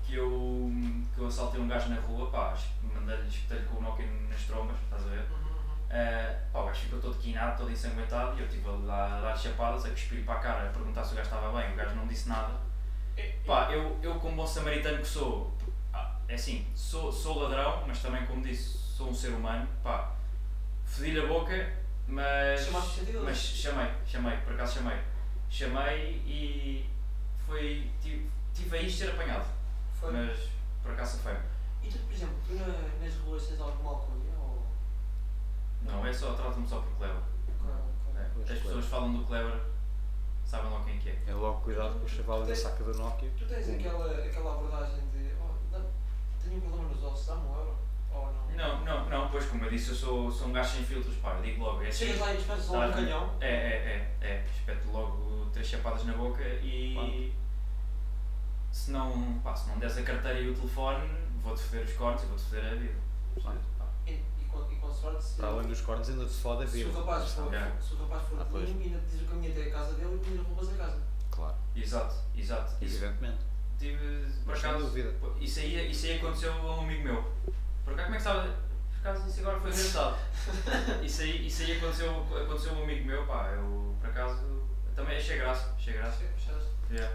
Speaker 3: que eu, que eu assaltei um gajo na rua, pá, es- mandei-lhe, espetei-lhe com o Nokia nas trombas, estás a ver? Ah, pá, o gajo ficou todo quinado, todo ensanguentado e eu estive a dar, a dar chapadas, a cuspir para a cara, a perguntar se o gajo estava bem, o gajo não disse nada.
Speaker 1: É,
Speaker 3: Pá, eu, eu como bom samaritano que sou, ah, é assim, sou, sou ladrão, mas também, como disse, sou um ser humano, pá, fedi-lhe a boca, mas...
Speaker 1: Chamaste sentido?
Speaker 3: Mas chamei, chamei, por acaso chamei. Chamei e foi, tive, tive a isto ser apanhado,
Speaker 1: Foi.
Speaker 3: mas por acaso foi.
Speaker 1: E tu, por exemplo, tu na- nas ruas tens alguma alcunha ou.
Speaker 3: Não, é só, tratam-me só por Cleber. É,
Speaker 2: Pois,
Speaker 3: As
Speaker 2: Cleber.
Speaker 3: pessoas falam do Cleber, sabem logo quem que é.
Speaker 2: É logo cuidado com o chaval da saca da Nokia.
Speaker 1: Tu tens
Speaker 2: Hum.
Speaker 1: aquela, aquela abordagem de. Oh, dá- tenho um problema nos ossos, dá-me um euro? Ou não?
Speaker 3: Não, não, não, pois como eu disse, eu sou, sou um gajo sem filtros, pá, eu digo logo, é assim.
Speaker 1: Chegas lá e dispensas lá um
Speaker 3: Dá-me-
Speaker 1: canhão.
Speaker 3: É, é, é, é. Espeto logo três chapadas na boca e. Se não, pá, se não des a carteira e o telefone, vou-te foder os cortes e vou-te foder a vida.
Speaker 2: Claro.
Speaker 3: Pá,
Speaker 1: E, e, com, e com sorte se.
Speaker 3: Tá
Speaker 2: Para além dos cornos ainda te fode a
Speaker 1: se o
Speaker 2: vida.
Speaker 1: rapaz for,
Speaker 3: Yeah.
Speaker 1: se o rapaz for
Speaker 2: Ah, pois.
Speaker 1: limpo, ainda te diz o caminho até a casa dele e ainda roubas a casa.
Speaker 2: Claro,
Speaker 3: Exato, exato. Isso
Speaker 2: evidentemente.
Speaker 3: tive. Por
Speaker 2: Mas sem
Speaker 3: acaso.
Speaker 2: dúvida.
Speaker 3: pô, Isso aí, isso aí aconteceu a um amigo meu. Por acaso, como é que sabe? Por acaso, isso agora foi engraçado. isso aí, isso aí aconteceu, aconteceu a um amigo meu, pá, eu, por acaso. Também achei graça, achei graça.
Speaker 1: Fechaste?
Speaker 3: Yeah.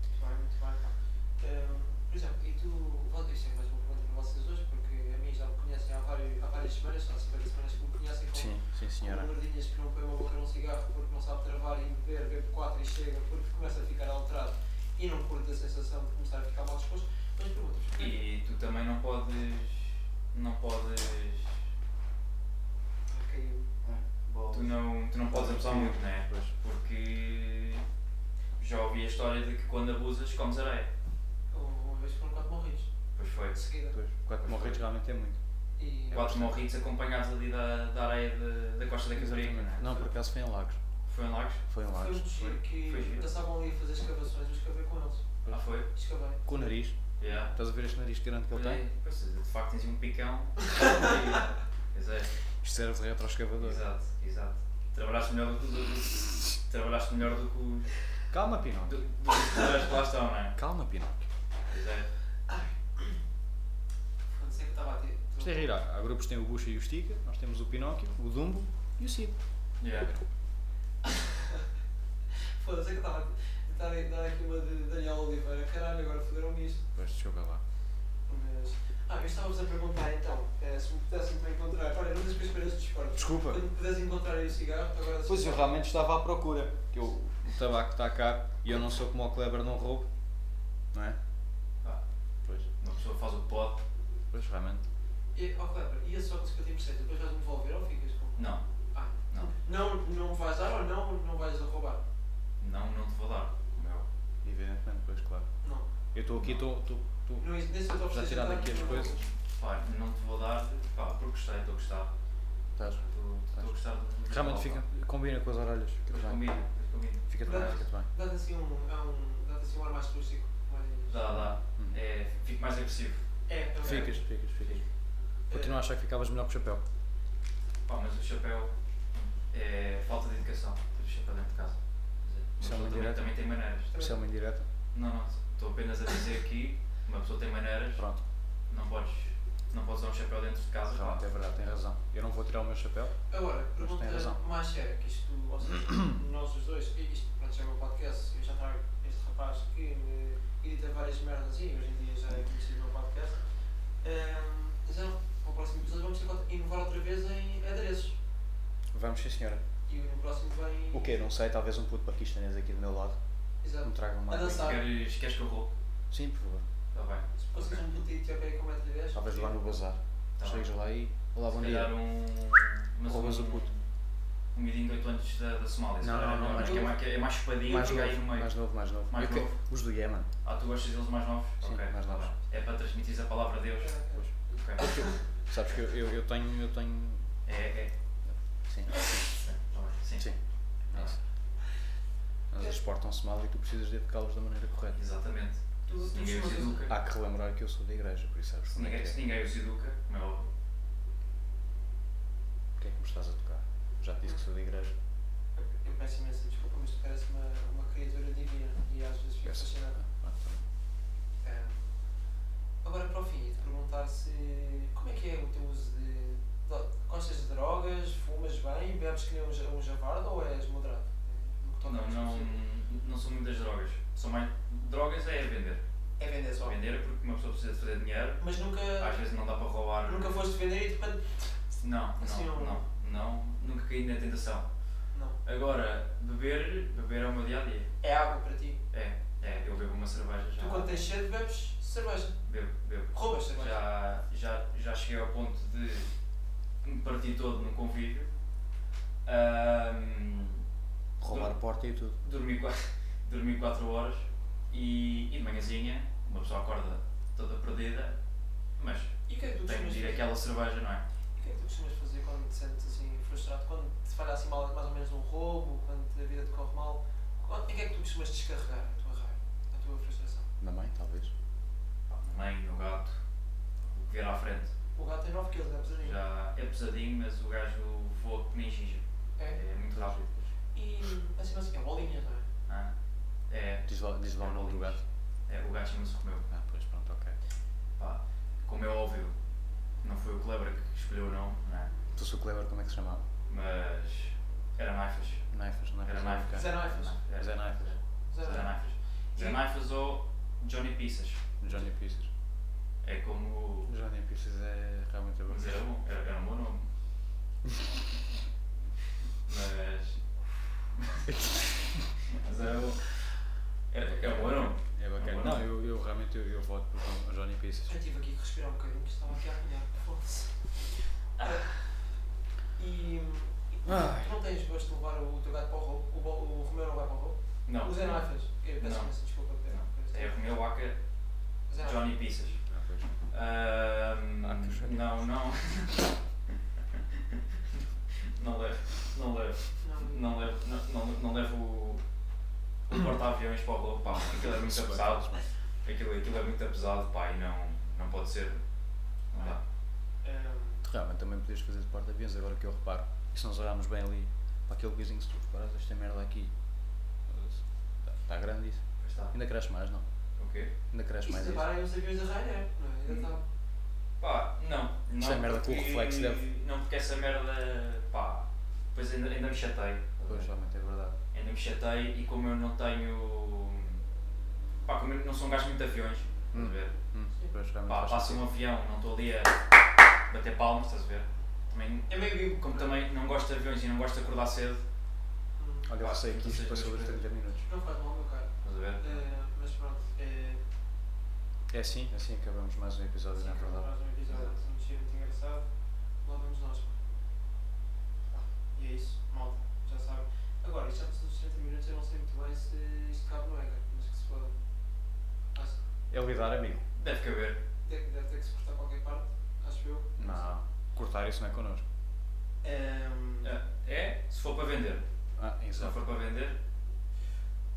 Speaker 1: Muito bem, muito bem. Ehm, por exemplo, e tu, vo- isto é mais uma pergunta para vocês hoje, porque a mim já me conhecem há, vários, há várias semanas, há 50 semanas que me conhecem como
Speaker 2: Sim, sim senhora.
Speaker 1: como gordinhas que não põe uma boca num cigarro porque não sabe travar e beber, bebe 4 e chega porque começa a ficar alterado e não curte a sensação de começar a ficar mal disposto. Mas perguntas, porquê?
Speaker 3: E tu também não podes. Não podes.
Speaker 1: Ah, caiu.
Speaker 3: Tu não, tu não podes abusar muito, não é?
Speaker 2: Pois.
Speaker 3: Porque já ouvi a história de que quando abusas comes areia.
Speaker 1: Houve Uma vez foram 4 morridos,
Speaker 3: Pois
Speaker 2: É
Speaker 3: foi.
Speaker 1: de seguida.
Speaker 2: Pois. Quatro morridos realmente é muito.
Speaker 1: E
Speaker 3: Quatro morritos acompanhados ali da, da areia de- da Costa da Caparica, não é?
Speaker 2: Não, por acaso foi em Lagos.
Speaker 3: Foi em Lagos?
Speaker 2: Foi
Speaker 1: foi
Speaker 2: em
Speaker 1: um
Speaker 2: Lagos.
Speaker 1: giro
Speaker 3: foi
Speaker 1: que
Speaker 3: giro.
Speaker 1: passavam ali a fazer escavações, eu escavei com eles.
Speaker 3: Ah, foi?
Speaker 1: Escavei.
Speaker 2: Com o nariz.
Speaker 3: Yeah.
Speaker 2: Estás a ver este nariz grande que ele tem?
Speaker 3: Pois, de facto tens um picão. Pois é.
Speaker 2: Isto serve de retroescavador.
Speaker 3: Exato, exato. Trabalhaste melhor do que os. Trabalhaste melhor do que os.
Speaker 2: Calma, Pinóquio.
Speaker 3: do- do que os trabalhos que lá estão, não é?
Speaker 2: Calma, Pinóquio.
Speaker 3: Pois é.
Speaker 1: Quando sei que estava a ter.
Speaker 2: Isto é rir. Há há grupos que têm o Bucha e o Stiga, nós temos o Pinóquio, o Dumbo e o Cid.
Speaker 3: Yeah.
Speaker 1: Foda-se, é que eu estava a tentar dar aqui uma de Daniel Oliveira. Caralho, agora foderam-me isto.
Speaker 2: Pois, deixa eu ver lá.
Speaker 1: Mas. Ah, eu estava-vos a perguntar então, eh, se me pudessem para encontrar. Olha, não coisas para espalhar esse discurso.
Speaker 2: Desculpa.
Speaker 1: Quando puderes encontrar aí o cigarro, agora
Speaker 2: Pois eu realmente estava à procura. Que eu, o tabaco está caro e eu não sou como o Kleber, não roubo. Não é?
Speaker 3: Pá,
Speaker 2: Pois.
Speaker 3: uma pessoa faz o pó.
Speaker 2: Pois realmente.
Speaker 1: E, oh, Kleber, e esse óculos que eu te emprestei, depois vais-me devolver ou ficas com?
Speaker 3: Não,
Speaker 1: Ah,
Speaker 3: não.
Speaker 1: não, não vais dar ou não, não vais roubar?
Speaker 3: Não, não te vou dar. Meu.
Speaker 2: Evidentemente, pois claro.
Speaker 1: Não.
Speaker 2: Eu estou aqui, estou. estou- estou-
Speaker 1: não isso- nesse eu te
Speaker 2: Já
Speaker 1: ofereci
Speaker 2: tiraram
Speaker 1: jantar,
Speaker 2: aqui as
Speaker 1: não-
Speaker 2: coisas?
Speaker 3: Pá, não te vou dar. Pá, porque gostei, estou a gostar.
Speaker 2: Estás.
Speaker 3: Estou estou a gostar do.
Speaker 2: Realmente
Speaker 3: do-
Speaker 2: fica, combina com as orelhas.
Speaker 3: Depois
Speaker 2: Fica-te bem.
Speaker 3: combina, depois combina.
Speaker 2: Fica-te bem, fica-te bem.
Speaker 1: Dá-te assim um, é um, dá-te assim um ar mais rústico. Mais...
Speaker 3: Dá, dá.
Speaker 2: Hum.
Speaker 3: É, fico mais agressivo.
Speaker 1: É, também.
Speaker 2: Ficas, ficas, ficas.
Speaker 1: É.
Speaker 2: Continuo a achar que ficavas melhor com o chapéu.
Speaker 3: Pá, mas o chapéu é falta de educação. Ter o chapéu dentro de casa. Quer dizer,
Speaker 2: Isso é
Speaker 3: Uma
Speaker 2: uma
Speaker 3: pessoa também,
Speaker 2: indireta.
Speaker 3: também tem maneiras.
Speaker 2: Isso é uma indireta.
Speaker 3: Não, não, estou apenas a dizer aqui, uma pessoa tem maneiras,
Speaker 2: Pronto,
Speaker 3: não podes, não podes usar um chapéu dentro de casa. pá.
Speaker 2: realmente é verdade, tem razão. Eu não vou tirar o meu chapéu.
Speaker 1: Agora, pergunta
Speaker 2: tem razão.
Speaker 1: mais séria, que isto, ou seja, nós os dois, e isto pronto, já é o meu podcast, eu já trago este rapaz que me edita várias merdas e hoje em dia já é conhecido no meu podcast. Ahm, mas é, para o próximo episódio vamos encontrar- inovar outra vez em adereços.
Speaker 2: Vamos sim senhora.
Speaker 1: E no próximo vem.
Speaker 2: O quê? Não sei, talvez um puto paquistanês aqui do meu lado.
Speaker 1: Exato.
Speaker 2: Me traga uma.
Speaker 1: A dançar.
Speaker 3: Queres, queres que eu roube?
Speaker 2: Sim, por favor.
Speaker 3: Está bem.
Speaker 1: Se fosses um puto de Etiópia com 1,10m.
Speaker 2: Talvez lá no bazar.
Speaker 3: Tá
Speaker 2: Chegas
Speaker 3: bem.
Speaker 2: lá e. Olá, bom
Speaker 3: Se
Speaker 2: dia.
Speaker 3: calhar um. mas
Speaker 2: Roubas o puto.
Speaker 3: Um midinho de 8 anos da, da Somália. se
Speaker 2: Não,
Speaker 3: calhar
Speaker 2: não, não,
Speaker 3: é melhor,
Speaker 2: mais
Speaker 3: acho que é
Speaker 1: novo.
Speaker 3: mais, que é mais chupadinho
Speaker 2: Mais
Speaker 3: fica aí
Speaker 2: novo,
Speaker 3: no meio.
Speaker 2: mais novo, mais novo.
Speaker 3: Mais
Speaker 2: Eu que-
Speaker 3: novo.
Speaker 2: Os do Yemen.
Speaker 3: Ah, tu gostas deles mais novos?
Speaker 2: Sim,
Speaker 3: ok.
Speaker 2: mais
Speaker 3: tá
Speaker 2: novos.
Speaker 3: bem. É para transmitir a palavra
Speaker 1: Eh,
Speaker 3: de Deus. Ok.
Speaker 2: Sabes que eu, eu, eu tenho. Eu tenho.
Speaker 3: É, é.
Speaker 2: Sim.
Speaker 3: Sim, tá bem. Sim.
Speaker 2: Sim.
Speaker 3: Tá bem.
Speaker 2: Mas eles portam-se mal e tu precisas de educá-los da maneira correta.
Speaker 3: Exatamente.
Speaker 1: Tu- tu
Speaker 3: Se ninguém os
Speaker 1: chamas-
Speaker 3: educa.
Speaker 2: Há que relembrar que eu sou da igreja, por isso sabes
Speaker 3: Se
Speaker 2: como é que
Speaker 3: ninguém, se
Speaker 2: é.
Speaker 3: ninguém os educa, como é óbvio.
Speaker 2: O que é que me estás a tocar? Já te disse que sou da igreja.
Speaker 1: Eu peço imensa desculpa, mas tu parece uma, uma criatura divina e às vezes fico
Speaker 2: Peço.
Speaker 3: Tá
Speaker 1: fascinado.
Speaker 2: Ah, pronto.
Speaker 1: Ahm, Agora para o fim, ia te perguntar se como é que é o teu uso de. de- Gostas de drogas, fumas bem, bebes que nem um, ja- um javardo ou és moderado? É, No que
Speaker 2: Então
Speaker 3: Não,
Speaker 1: toca a
Speaker 3: não,
Speaker 1: discussão.
Speaker 3: não sou muito das drogas. Sou mais. Drogas é vender.
Speaker 1: É vender só.
Speaker 3: Vender é porque uma pessoa precisa de fazer dinheiro.
Speaker 1: Mas nunca,
Speaker 3: Às vezes não dá para roubar.
Speaker 1: nunca foste vender e de repente.
Speaker 3: Não,
Speaker 1: Assim,
Speaker 3: não,
Speaker 1: um-
Speaker 3: não, não. Nunca caí na tentação.
Speaker 1: Não.
Speaker 3: Agora, beber, beber é o meu dia a dia.
Speaker 1: É água para ti.
Speaker 3: É, é. Eu bebo uma cerveja já.
Speaker 1: Tu quando tens sede bebes cerveja.
Speaker 3: Bebo, bebo.
Speaker 1: Roubas cerveja.
Speaker 3: Já, já, já cheguei ao ponto de me partir todo num convívio. Ahm,
Speaker 2: Roubar
Speaker 3: Então-
Speaker 2: a porta e tudo.
Speaker 3: dormi 4, dormi quatro horas e, e de manhãzinha uma pessoa acorda toda perdida, mas
Speaker 1: E o que é que tu
Speaker 3: tem
Speaker 1: costumas
Speaker 3: de medir
Speaker 1: fazer?
Speaker 3: aquela cerveja, não é?
Speaker 1: O que é que tu costumas fazer quando te sentes assim frustrado? Quando te falha assim mal, mais ou menos um roubo, quando a vida te corre mal? Quando, em que é que tu costumas descarregar a tua raiva, a tua frustração?
Speaker 2: Na mãe, talvez.
Speaker 3: Pá, Na mãe, no gato, o que vier à frente.
Speaker 1: O gato tem 9 kg, é pesadinho.
Speaker 3: Já é pesadinho, mas o gajo voa que nem ginja.
Speaker 1: É.
Speaker 3: É muito rápido.
Speaker 1: E assim, mas assim, é bolinhas, não é?
Speaker 3: Ah, é,
Speaker 2: Diz lá, diz lá o nome do gato.
Speaker 3: é, o gajo chama-se Romeu.
Speaker 2: Ah, pois pronto, ok.
Speaker 3: Pá, como é óbvio, não foi o Cleber que escolheu o nome, não é?
Speaker 2: Tu sou o Cleber, como é que se chamava?
Speaker 3: mas era Naifas.
Speaker 2: Naifas, é? Naifas.
Speaker 3: Era Naifas.
Speaker 1: Zé Naifas.
Speaker 3: Era-
Speaker 2: Zé é Naifas.
Speaker 1: Zero.
Speaker 3: Zé Naifas. Zé
Speaker 1: E-
Speaker 3: Naifas ou Johnny Pissas.
Speaker 2: Johnny Pieces.
Speaker 3: É como.
Speaker 2: Johnny Pieces é realmente bom.
Speaker 3: Mas era bom, era, era um bom nome. Mas. Mas era bom. Era, era um bom nome.
Speaker 2: É bacana. Não, eu, eu realmente eu, eu voto por Johnny Pieces.
Speaker 1: Eu tive aqui que respirar um bocadinho, que estava aqui a apanhar. Foda-se.
Speaker 3: Ah.
Speaker 1: E. e tu
Speaker 2: Ai.
Speaker 1: não tens gosto de levar o teu gato para o roubo? O, bo- o Romeu não vai para o roubo?
Speaker 3: Não.
Speaker 1: O Zé é Naifas. Eu peço
Speaker 3: Não.
Speaker 1: imensa desculpa. Pedro.
Speaker 3: Não. É Romeu Aca
Speaker 1: Zé Naifas.
Speaker 3: Johnny Pissas.
Speaker 2: Ah, pois.
Speaker 3: Ahm,
Speaker 2: Ah, que chato.
Speaker 3: não, não. não levo, não levo,
Speaker 1: Não.
Speaker 3: não levo, não, não, não levo o, o porta-aviões para o rolo, pá, aquilo é muito pesado, aquilo, aquilo é muito pesado, pá, e não, não pode ser, não dá.
Speaker 1: Ahm,
Speaker 2: Tu realmente também podias fazer de porta-aviões, agora que eu reparo. E se nós olharmos bem ali, para aquele vizinho, se tu reparas esta merda aqui, está grande isso.
Speaker 3: Pois está,
Speaker 2: Ainda cresce mais, não?
Speaker 3: o quê?
Speaker 2: Ainda cresce mais
Speaker 1: Isso é
Speaker 2: isso. é
Speaker 1: reparem os aviões da Ryanair, não é?
Speaker 3: Hum.
Speaker 1: Ainda está.
Speaker 3: Pá, não, não.
Speaker 2: Isso é merda que o
Speaker 3: porque-
Speaker 2: reflexo deve-
Speaker 3: Não, porque essa merda, pá, depois ainda, ainda me chatei,
Speaker 2: Pois, realmente é verdade.
Speaker 3: ainda me chatei, e como eu não tenho, pá, como eu não sou um gajo muito de aviões, estás a
Speaker 2: Hum.
Speaker 3: ver?
Speaker 2: Pois, realmente
Speaker 3: Pá,
Speaker 2: faz
Speaker 3: passa
Speaker 2: sentido.
Speaker 3: um avião, não estou ali a bater palmas, estás a ver? Também,
Speaker 1: É meio vivo.
Speaker 3: como também não gosto de aviões e não gosto de acordar cedo,
Speaker 1: Hum,
Speaker 2: Olha, eu
Speaker 3: Pá,
Speaker 2: sei que
Speaker 3: não sei
Speaker 2: isto
Speaker 3: se
Speaker 2: passou
Speaker 3: vais
Speaker 2: dos 30 minutos.
Speaker 1: Não faz mal, meu caro.
Speaker 3: estás a ver?
Speaker 1: Eh, mas pronto, é.
Speaker 2: É assim, assim acabamos mais um episódio, não é verdade?
Speaker 1: Mais um episódio
Speaker 3: Exato.
Speaker 1: muito giro, muito engraçado. Lá vamos nós. Pá, E é isso, malta, já sabem. Agora, isto já passou dos 30 minutos, eu não sei muito bem se isto cabe no Ega, mas que se foda. Acho
Speaker 2: É lidar, amigo.
Speaker 3: Deve caber.
Speaker 1: que deve, deve ter que se cortar qualquer parte, acho eu.
Speaker 2: Não, cortar isso não é connosco.
Speaker 1: Ehm,
Speaker 3: É, É, se for para vender.
Speaker 2: Ah,
Speaker 3: Se não
Speaker 2: exato.
Speaker 3: for para vender,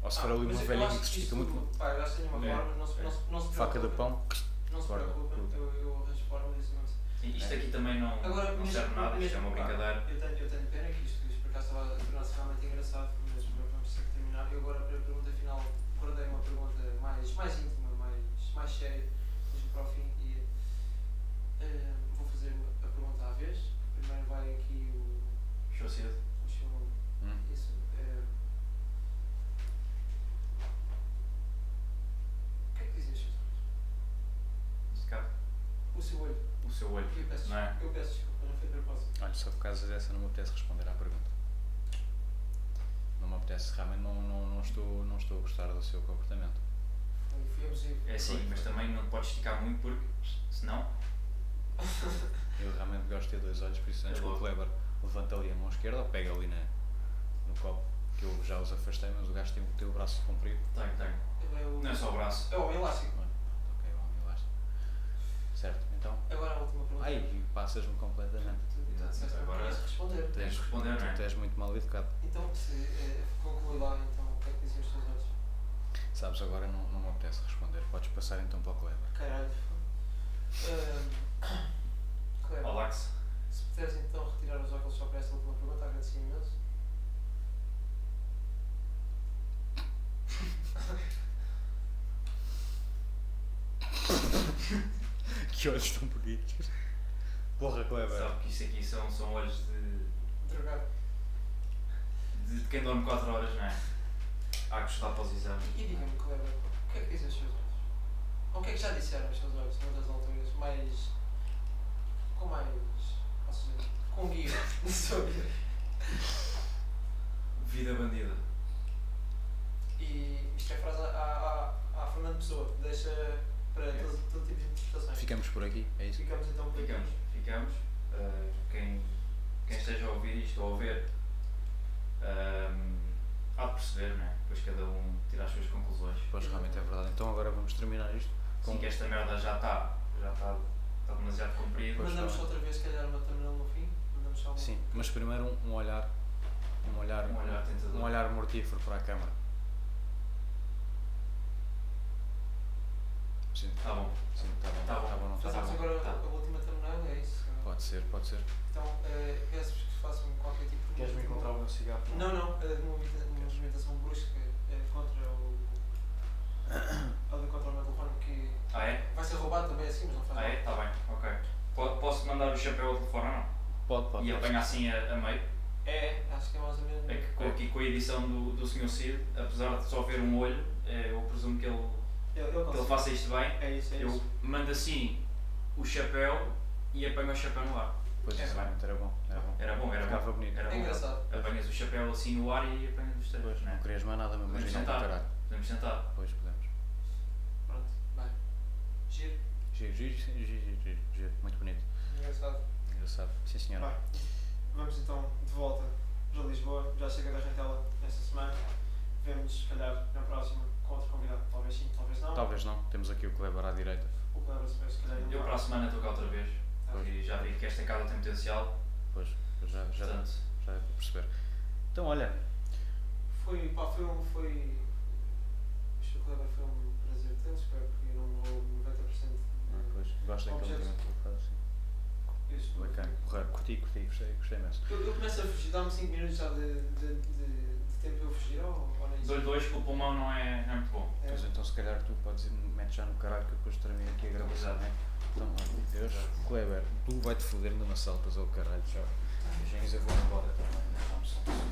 Speaker 2: Ou se for ali
Speaker 1: Ah, mas
Speaker 2: uma
Speaker 1: eu
Speaker 2: velhinha
Speaker 1: acho
Speaker 2: que se
Speaker 1: isto- um
Speaker 2: fica muito bom.
Speaker 1: Pá, eu acho que tenho uma
Speaker 3: É.
Speaker 1: forma, não se, não se, não se
Speaker 2: Faca de
Speaker 1: preocupem.
Speaker 2: pão.
Speaker 1: Não se
Speaker 2: Corta,
Speaker 1: preocupem,
Speaker 2: tudo.
Speaker 1: eu, eu arranjo forma disso acontecer.
Speaker 3: e
Speaker 2: É.
Speaker 3: isto aqui também não,
Speaker 1: Agora,
Speaker 3: não
Speaker 1: mas-
Speaker 3: serve nada, isto é uma
Speaker 1: mas-
Speaker 3: brincadeira.
Speaker 1: Eu tenho, eu tenho pena que isto, isto por acaso estava a tornar-se realmente engraçado, mas vamos ter que terminar. Eu agora para a pergunta final guardei uma pergunta mais, mais íntima, mais, mais séria, mesmo para o fim e eh, vou fazer a pergunta à vez. Primeiro vai aqui o,
Speaker 3: Fechou cedo.
Speaker 1: o seu
Speaker 2: Hum.
Speaker 1: isso. eh, O que é que dizem os seus olhos?
Speaker 3: Neste caso,
Speaker 1: O seu olho.
Speaker 3: O seu olho.
Speaker 1: Eu peço,
Speaker 3: Não é?
Speaker 1: eu peço desculpa, não foi de propósito.
Speaker 2: Olha, só por causa dessa não me apetece responder à pergunta. Não me apetece, realmente não, não, não, estou, não estou a gostar do seu comportamento.
Speaker 1: Foi- Foi abusivo.
Speaker 3: É assim,
Speaker 2: Pois,
Speaker 3: mas
Speaker 2: pois.
Speaker 3: também não podes esticar muito porque senão
Speaker 2: Eu realmente gosto de ter dois olhos, por isso antes
Speaker 3: É
Speaker 2: que o
Speaker 3: logo.
Speaker 2: Kleber levanta ali a mão esquerda, pega ali na, no copo, que eu já os afastei, mas o gajo tem o teu braço comprido.
Speaker 3: tenho, tenho.
Speaker 1: É o-
Speaker 3: Não é só o braço.
Speaker 1: É o elástico.
Speaker 2: Olha, pronto, ok, bom, eu acho. Certo, então.
Speaker 1: Agora a última pergunta.
Speaker 2: Ai, passas-me completamente.
Speaker 1: Tu- tu
Speaker 3: Exato,
Speaker 1: disseste
Speaker 3: então
Speaker 1: que
Speaker 3: agora-
Speaker 1: querias responder.
Speaker 3: Tens de responder, não
Speaker 2: Tu
Speaker 3: é?
Speaker 2: és muito mal educado.
Speaker 1: Então, se eh, conclui lá, então, o que é que dizem os teus olhos?
Speaker 2: Sabes, agora não, não me apetece responder. Podes passar então para o Kleber.
Speaker 1: Caralho. Ahm,
Speaker 2: É.
Speaker 1: Cleber,
Speaker 3: Olax.
Speaker 1: se puderes então retirar os óculos só para esta última pergunta, agradecia imenso.
Speaker 2: que olhos tão bonitos. Porra, Kleber.
Speaker 3: Sabe que isto aqui são, são olhos de,
Speaker 1: Drogado.
Speaker 3: de, de quem dorme 4 horas, não é? Há que estudar para os exames.
Speaker 1: E diga-me, Cleber, o que é que dizem os teus olhos? Ou o que é que já disseram os teus olhos noutras alturas? Mais. com mais. ou seja, com guia na sua vida.
Speaker 3: Vida bandida.
Speaker 1: E isto é frase à, à, à Fernando Pessoa, deixa para
Speaker 3: É.
Speaker 1: todo, todo tipo de interpretações.
Speaker 2: Ficamos por aqui, é isso?
Speaker 1: Ficamos então por aqui.
Speaker 3: Ficamos, ficamos. Uh, quem, quem esteja a ouvir isto ou a ver, um, há de perceber, não é? Depois cada um tira as suas conclusões.
Speaker 2: Pois realmente é verdade. Então agora vamos terminar isto.
Speaker 3: Sim, que esta merda já está, já está, está demasiado comprida.
Speaker 2: Pois
Speaker 1: Mandamos
Speaker 2: está.
Speaker 1: só outra vez, se calhar, uma thumbnail no fim. Mandamos só um.
Speaker 2: Sim, mas primeiro um, um olhar. Um olhar.
Speaker 3: Um olhar tentador.
Speaker 2: Um olhar mortífero para a câmara. Sim,
Speaker 3: Tá bom.
Speaker 2: sim, tá bom.
Speaker 3: Tá bom.
Speaker 2: não
Speaker 1: Já
Speaker 2: tá
Speaker 1: sabes
Speaker 2: bom.
Speaker 1: Então, agora
Speaker 3: Tá.
Speaker 1: a última thumbnail, é isso.
Speaker 2: Pode ser, pode ser.
Speaker 1: Então, eh, peço-vos que façam qualquer tipo de.
Speaker 4: Queres-me encontrar o meu cigarro?
Speaker 1: Não, não, eh, de movimenta- de movimentação brusca eh, contra o. ali contra o meu telefone que
Speaker 3: Ah é?
Speaker 1: vai ser roubado também assim, mas não faz
Speaker 3: Ah
Speaker 1: mal.
Speaker 3: é? Está bem, ok. Po- Posso mandar o chapéu ao telefone ou não?
Speaker 2: Pode, pode.
Speaker 3: E
Speaker 2: pode.
Speaker 3: apanhar assim a, a meio?
Speaker 1: É, acho que é mais ou menos.
Speaker 3: É que com, aqui com a edição do, do Sr. Cid, apesar de só ver um olho, eh, eu presumo que ele,
Speaker 4: Eu, eu
Speaker 3: que ele
Speaker 4: consigo.
Speaker 3: faça isto bem.
Speaker 4: É isso, é
Speaker 3: Eu
Speaker 4: isso.
Speaker 3: mando assim o chapéu e apanho o chapéu no ar.
Speaker 2: Pois
Speaker 1: É.
Speaker 2: isso, realmente era bom. Era bom.
Speaker 3: Era bom, era bom.
Speaker 2: Ficava bonito.
Speaker 3: Era um
Speaker 1: É
Speaker 3: bom.
Speaker 1: engraçado.
Speaker 3: Apanhas o chapéu assim no ar e apanhas os três,
Speaker 2: Pois, né?
Speaker 3: não
Speaker 2: não
Speaker 3: é?
Speaker 2: querias mais nada mesmo,
Speaker 3: Podemos
Speaker 2: imagina para
Speaker 3: sentar.
Speaker 2: caralho.
Speaker 3: Podemos sentar.
Speaker 2: Pois podemos.
Speaker 1: Pronto, vai. Giro,
Speaker 2: Giro, giro, giro, giro, giro, giro. Muito bonito.
Speaker 1: engraçado.
Speaker 2: Engraçado. Sim, senhora.
Speaker 4: Vai. Vamos então de volta para Lisboa. Já chega da Rentela nesta semana. Vemos, se calhar, na próxima com outro convidado. Talvez sim, talvez não.
Speaker 2: Talvez não. Temos aqui o Kleber à direita.
Speaker 4: O Cleber, se calhar, ainda
Speaker 3: Eu
Speaker 4: não.
Speaker 3: para a semana estou cá outra vez.
Speaker 2: Pois.
Speaker 3: E já vi que esta casa tem potencial.
Speaker 2: Pois, eu já, já, já,
Speaker 3: Portanto,
Speaker 2: deu para perceber. Então, olha,
Speaker 1: Foi, pá, foi um. Foi. Acho que o Kleber foi um prazer tê-lo, espero que não morreu 90%
Speaker 3: Ah,
Speaker 2: pois, gosto daquele
Speaker 1: Objeto.
Speaker 2: momento que ele faz assim.
Speaker 1: deste.
Speaker 2: Bacana, porra, curti, curti, gostei, gostei imenso.
Speaker 1: Eu, eu começo a fugir, dá-me 5 minutos já de, de, de, de tempo para eu fugir, ou, ou nem isso?
Speaker 3: dou-lhe dois que o pulmão não é, não é muito bom.
Speaker 1: É,
Speaker 2: Pois então, se calhar tu podes ir, metes já no caralho que eu depois termino aqui a gravação,
Speaker 3: Exato.
Speaker 2: né? Então, olha, Deus, é Kleber, tu vai-te foder numa saltas ao caralho, já. Beijinhos, eu vou embora também, né? Vamos lá.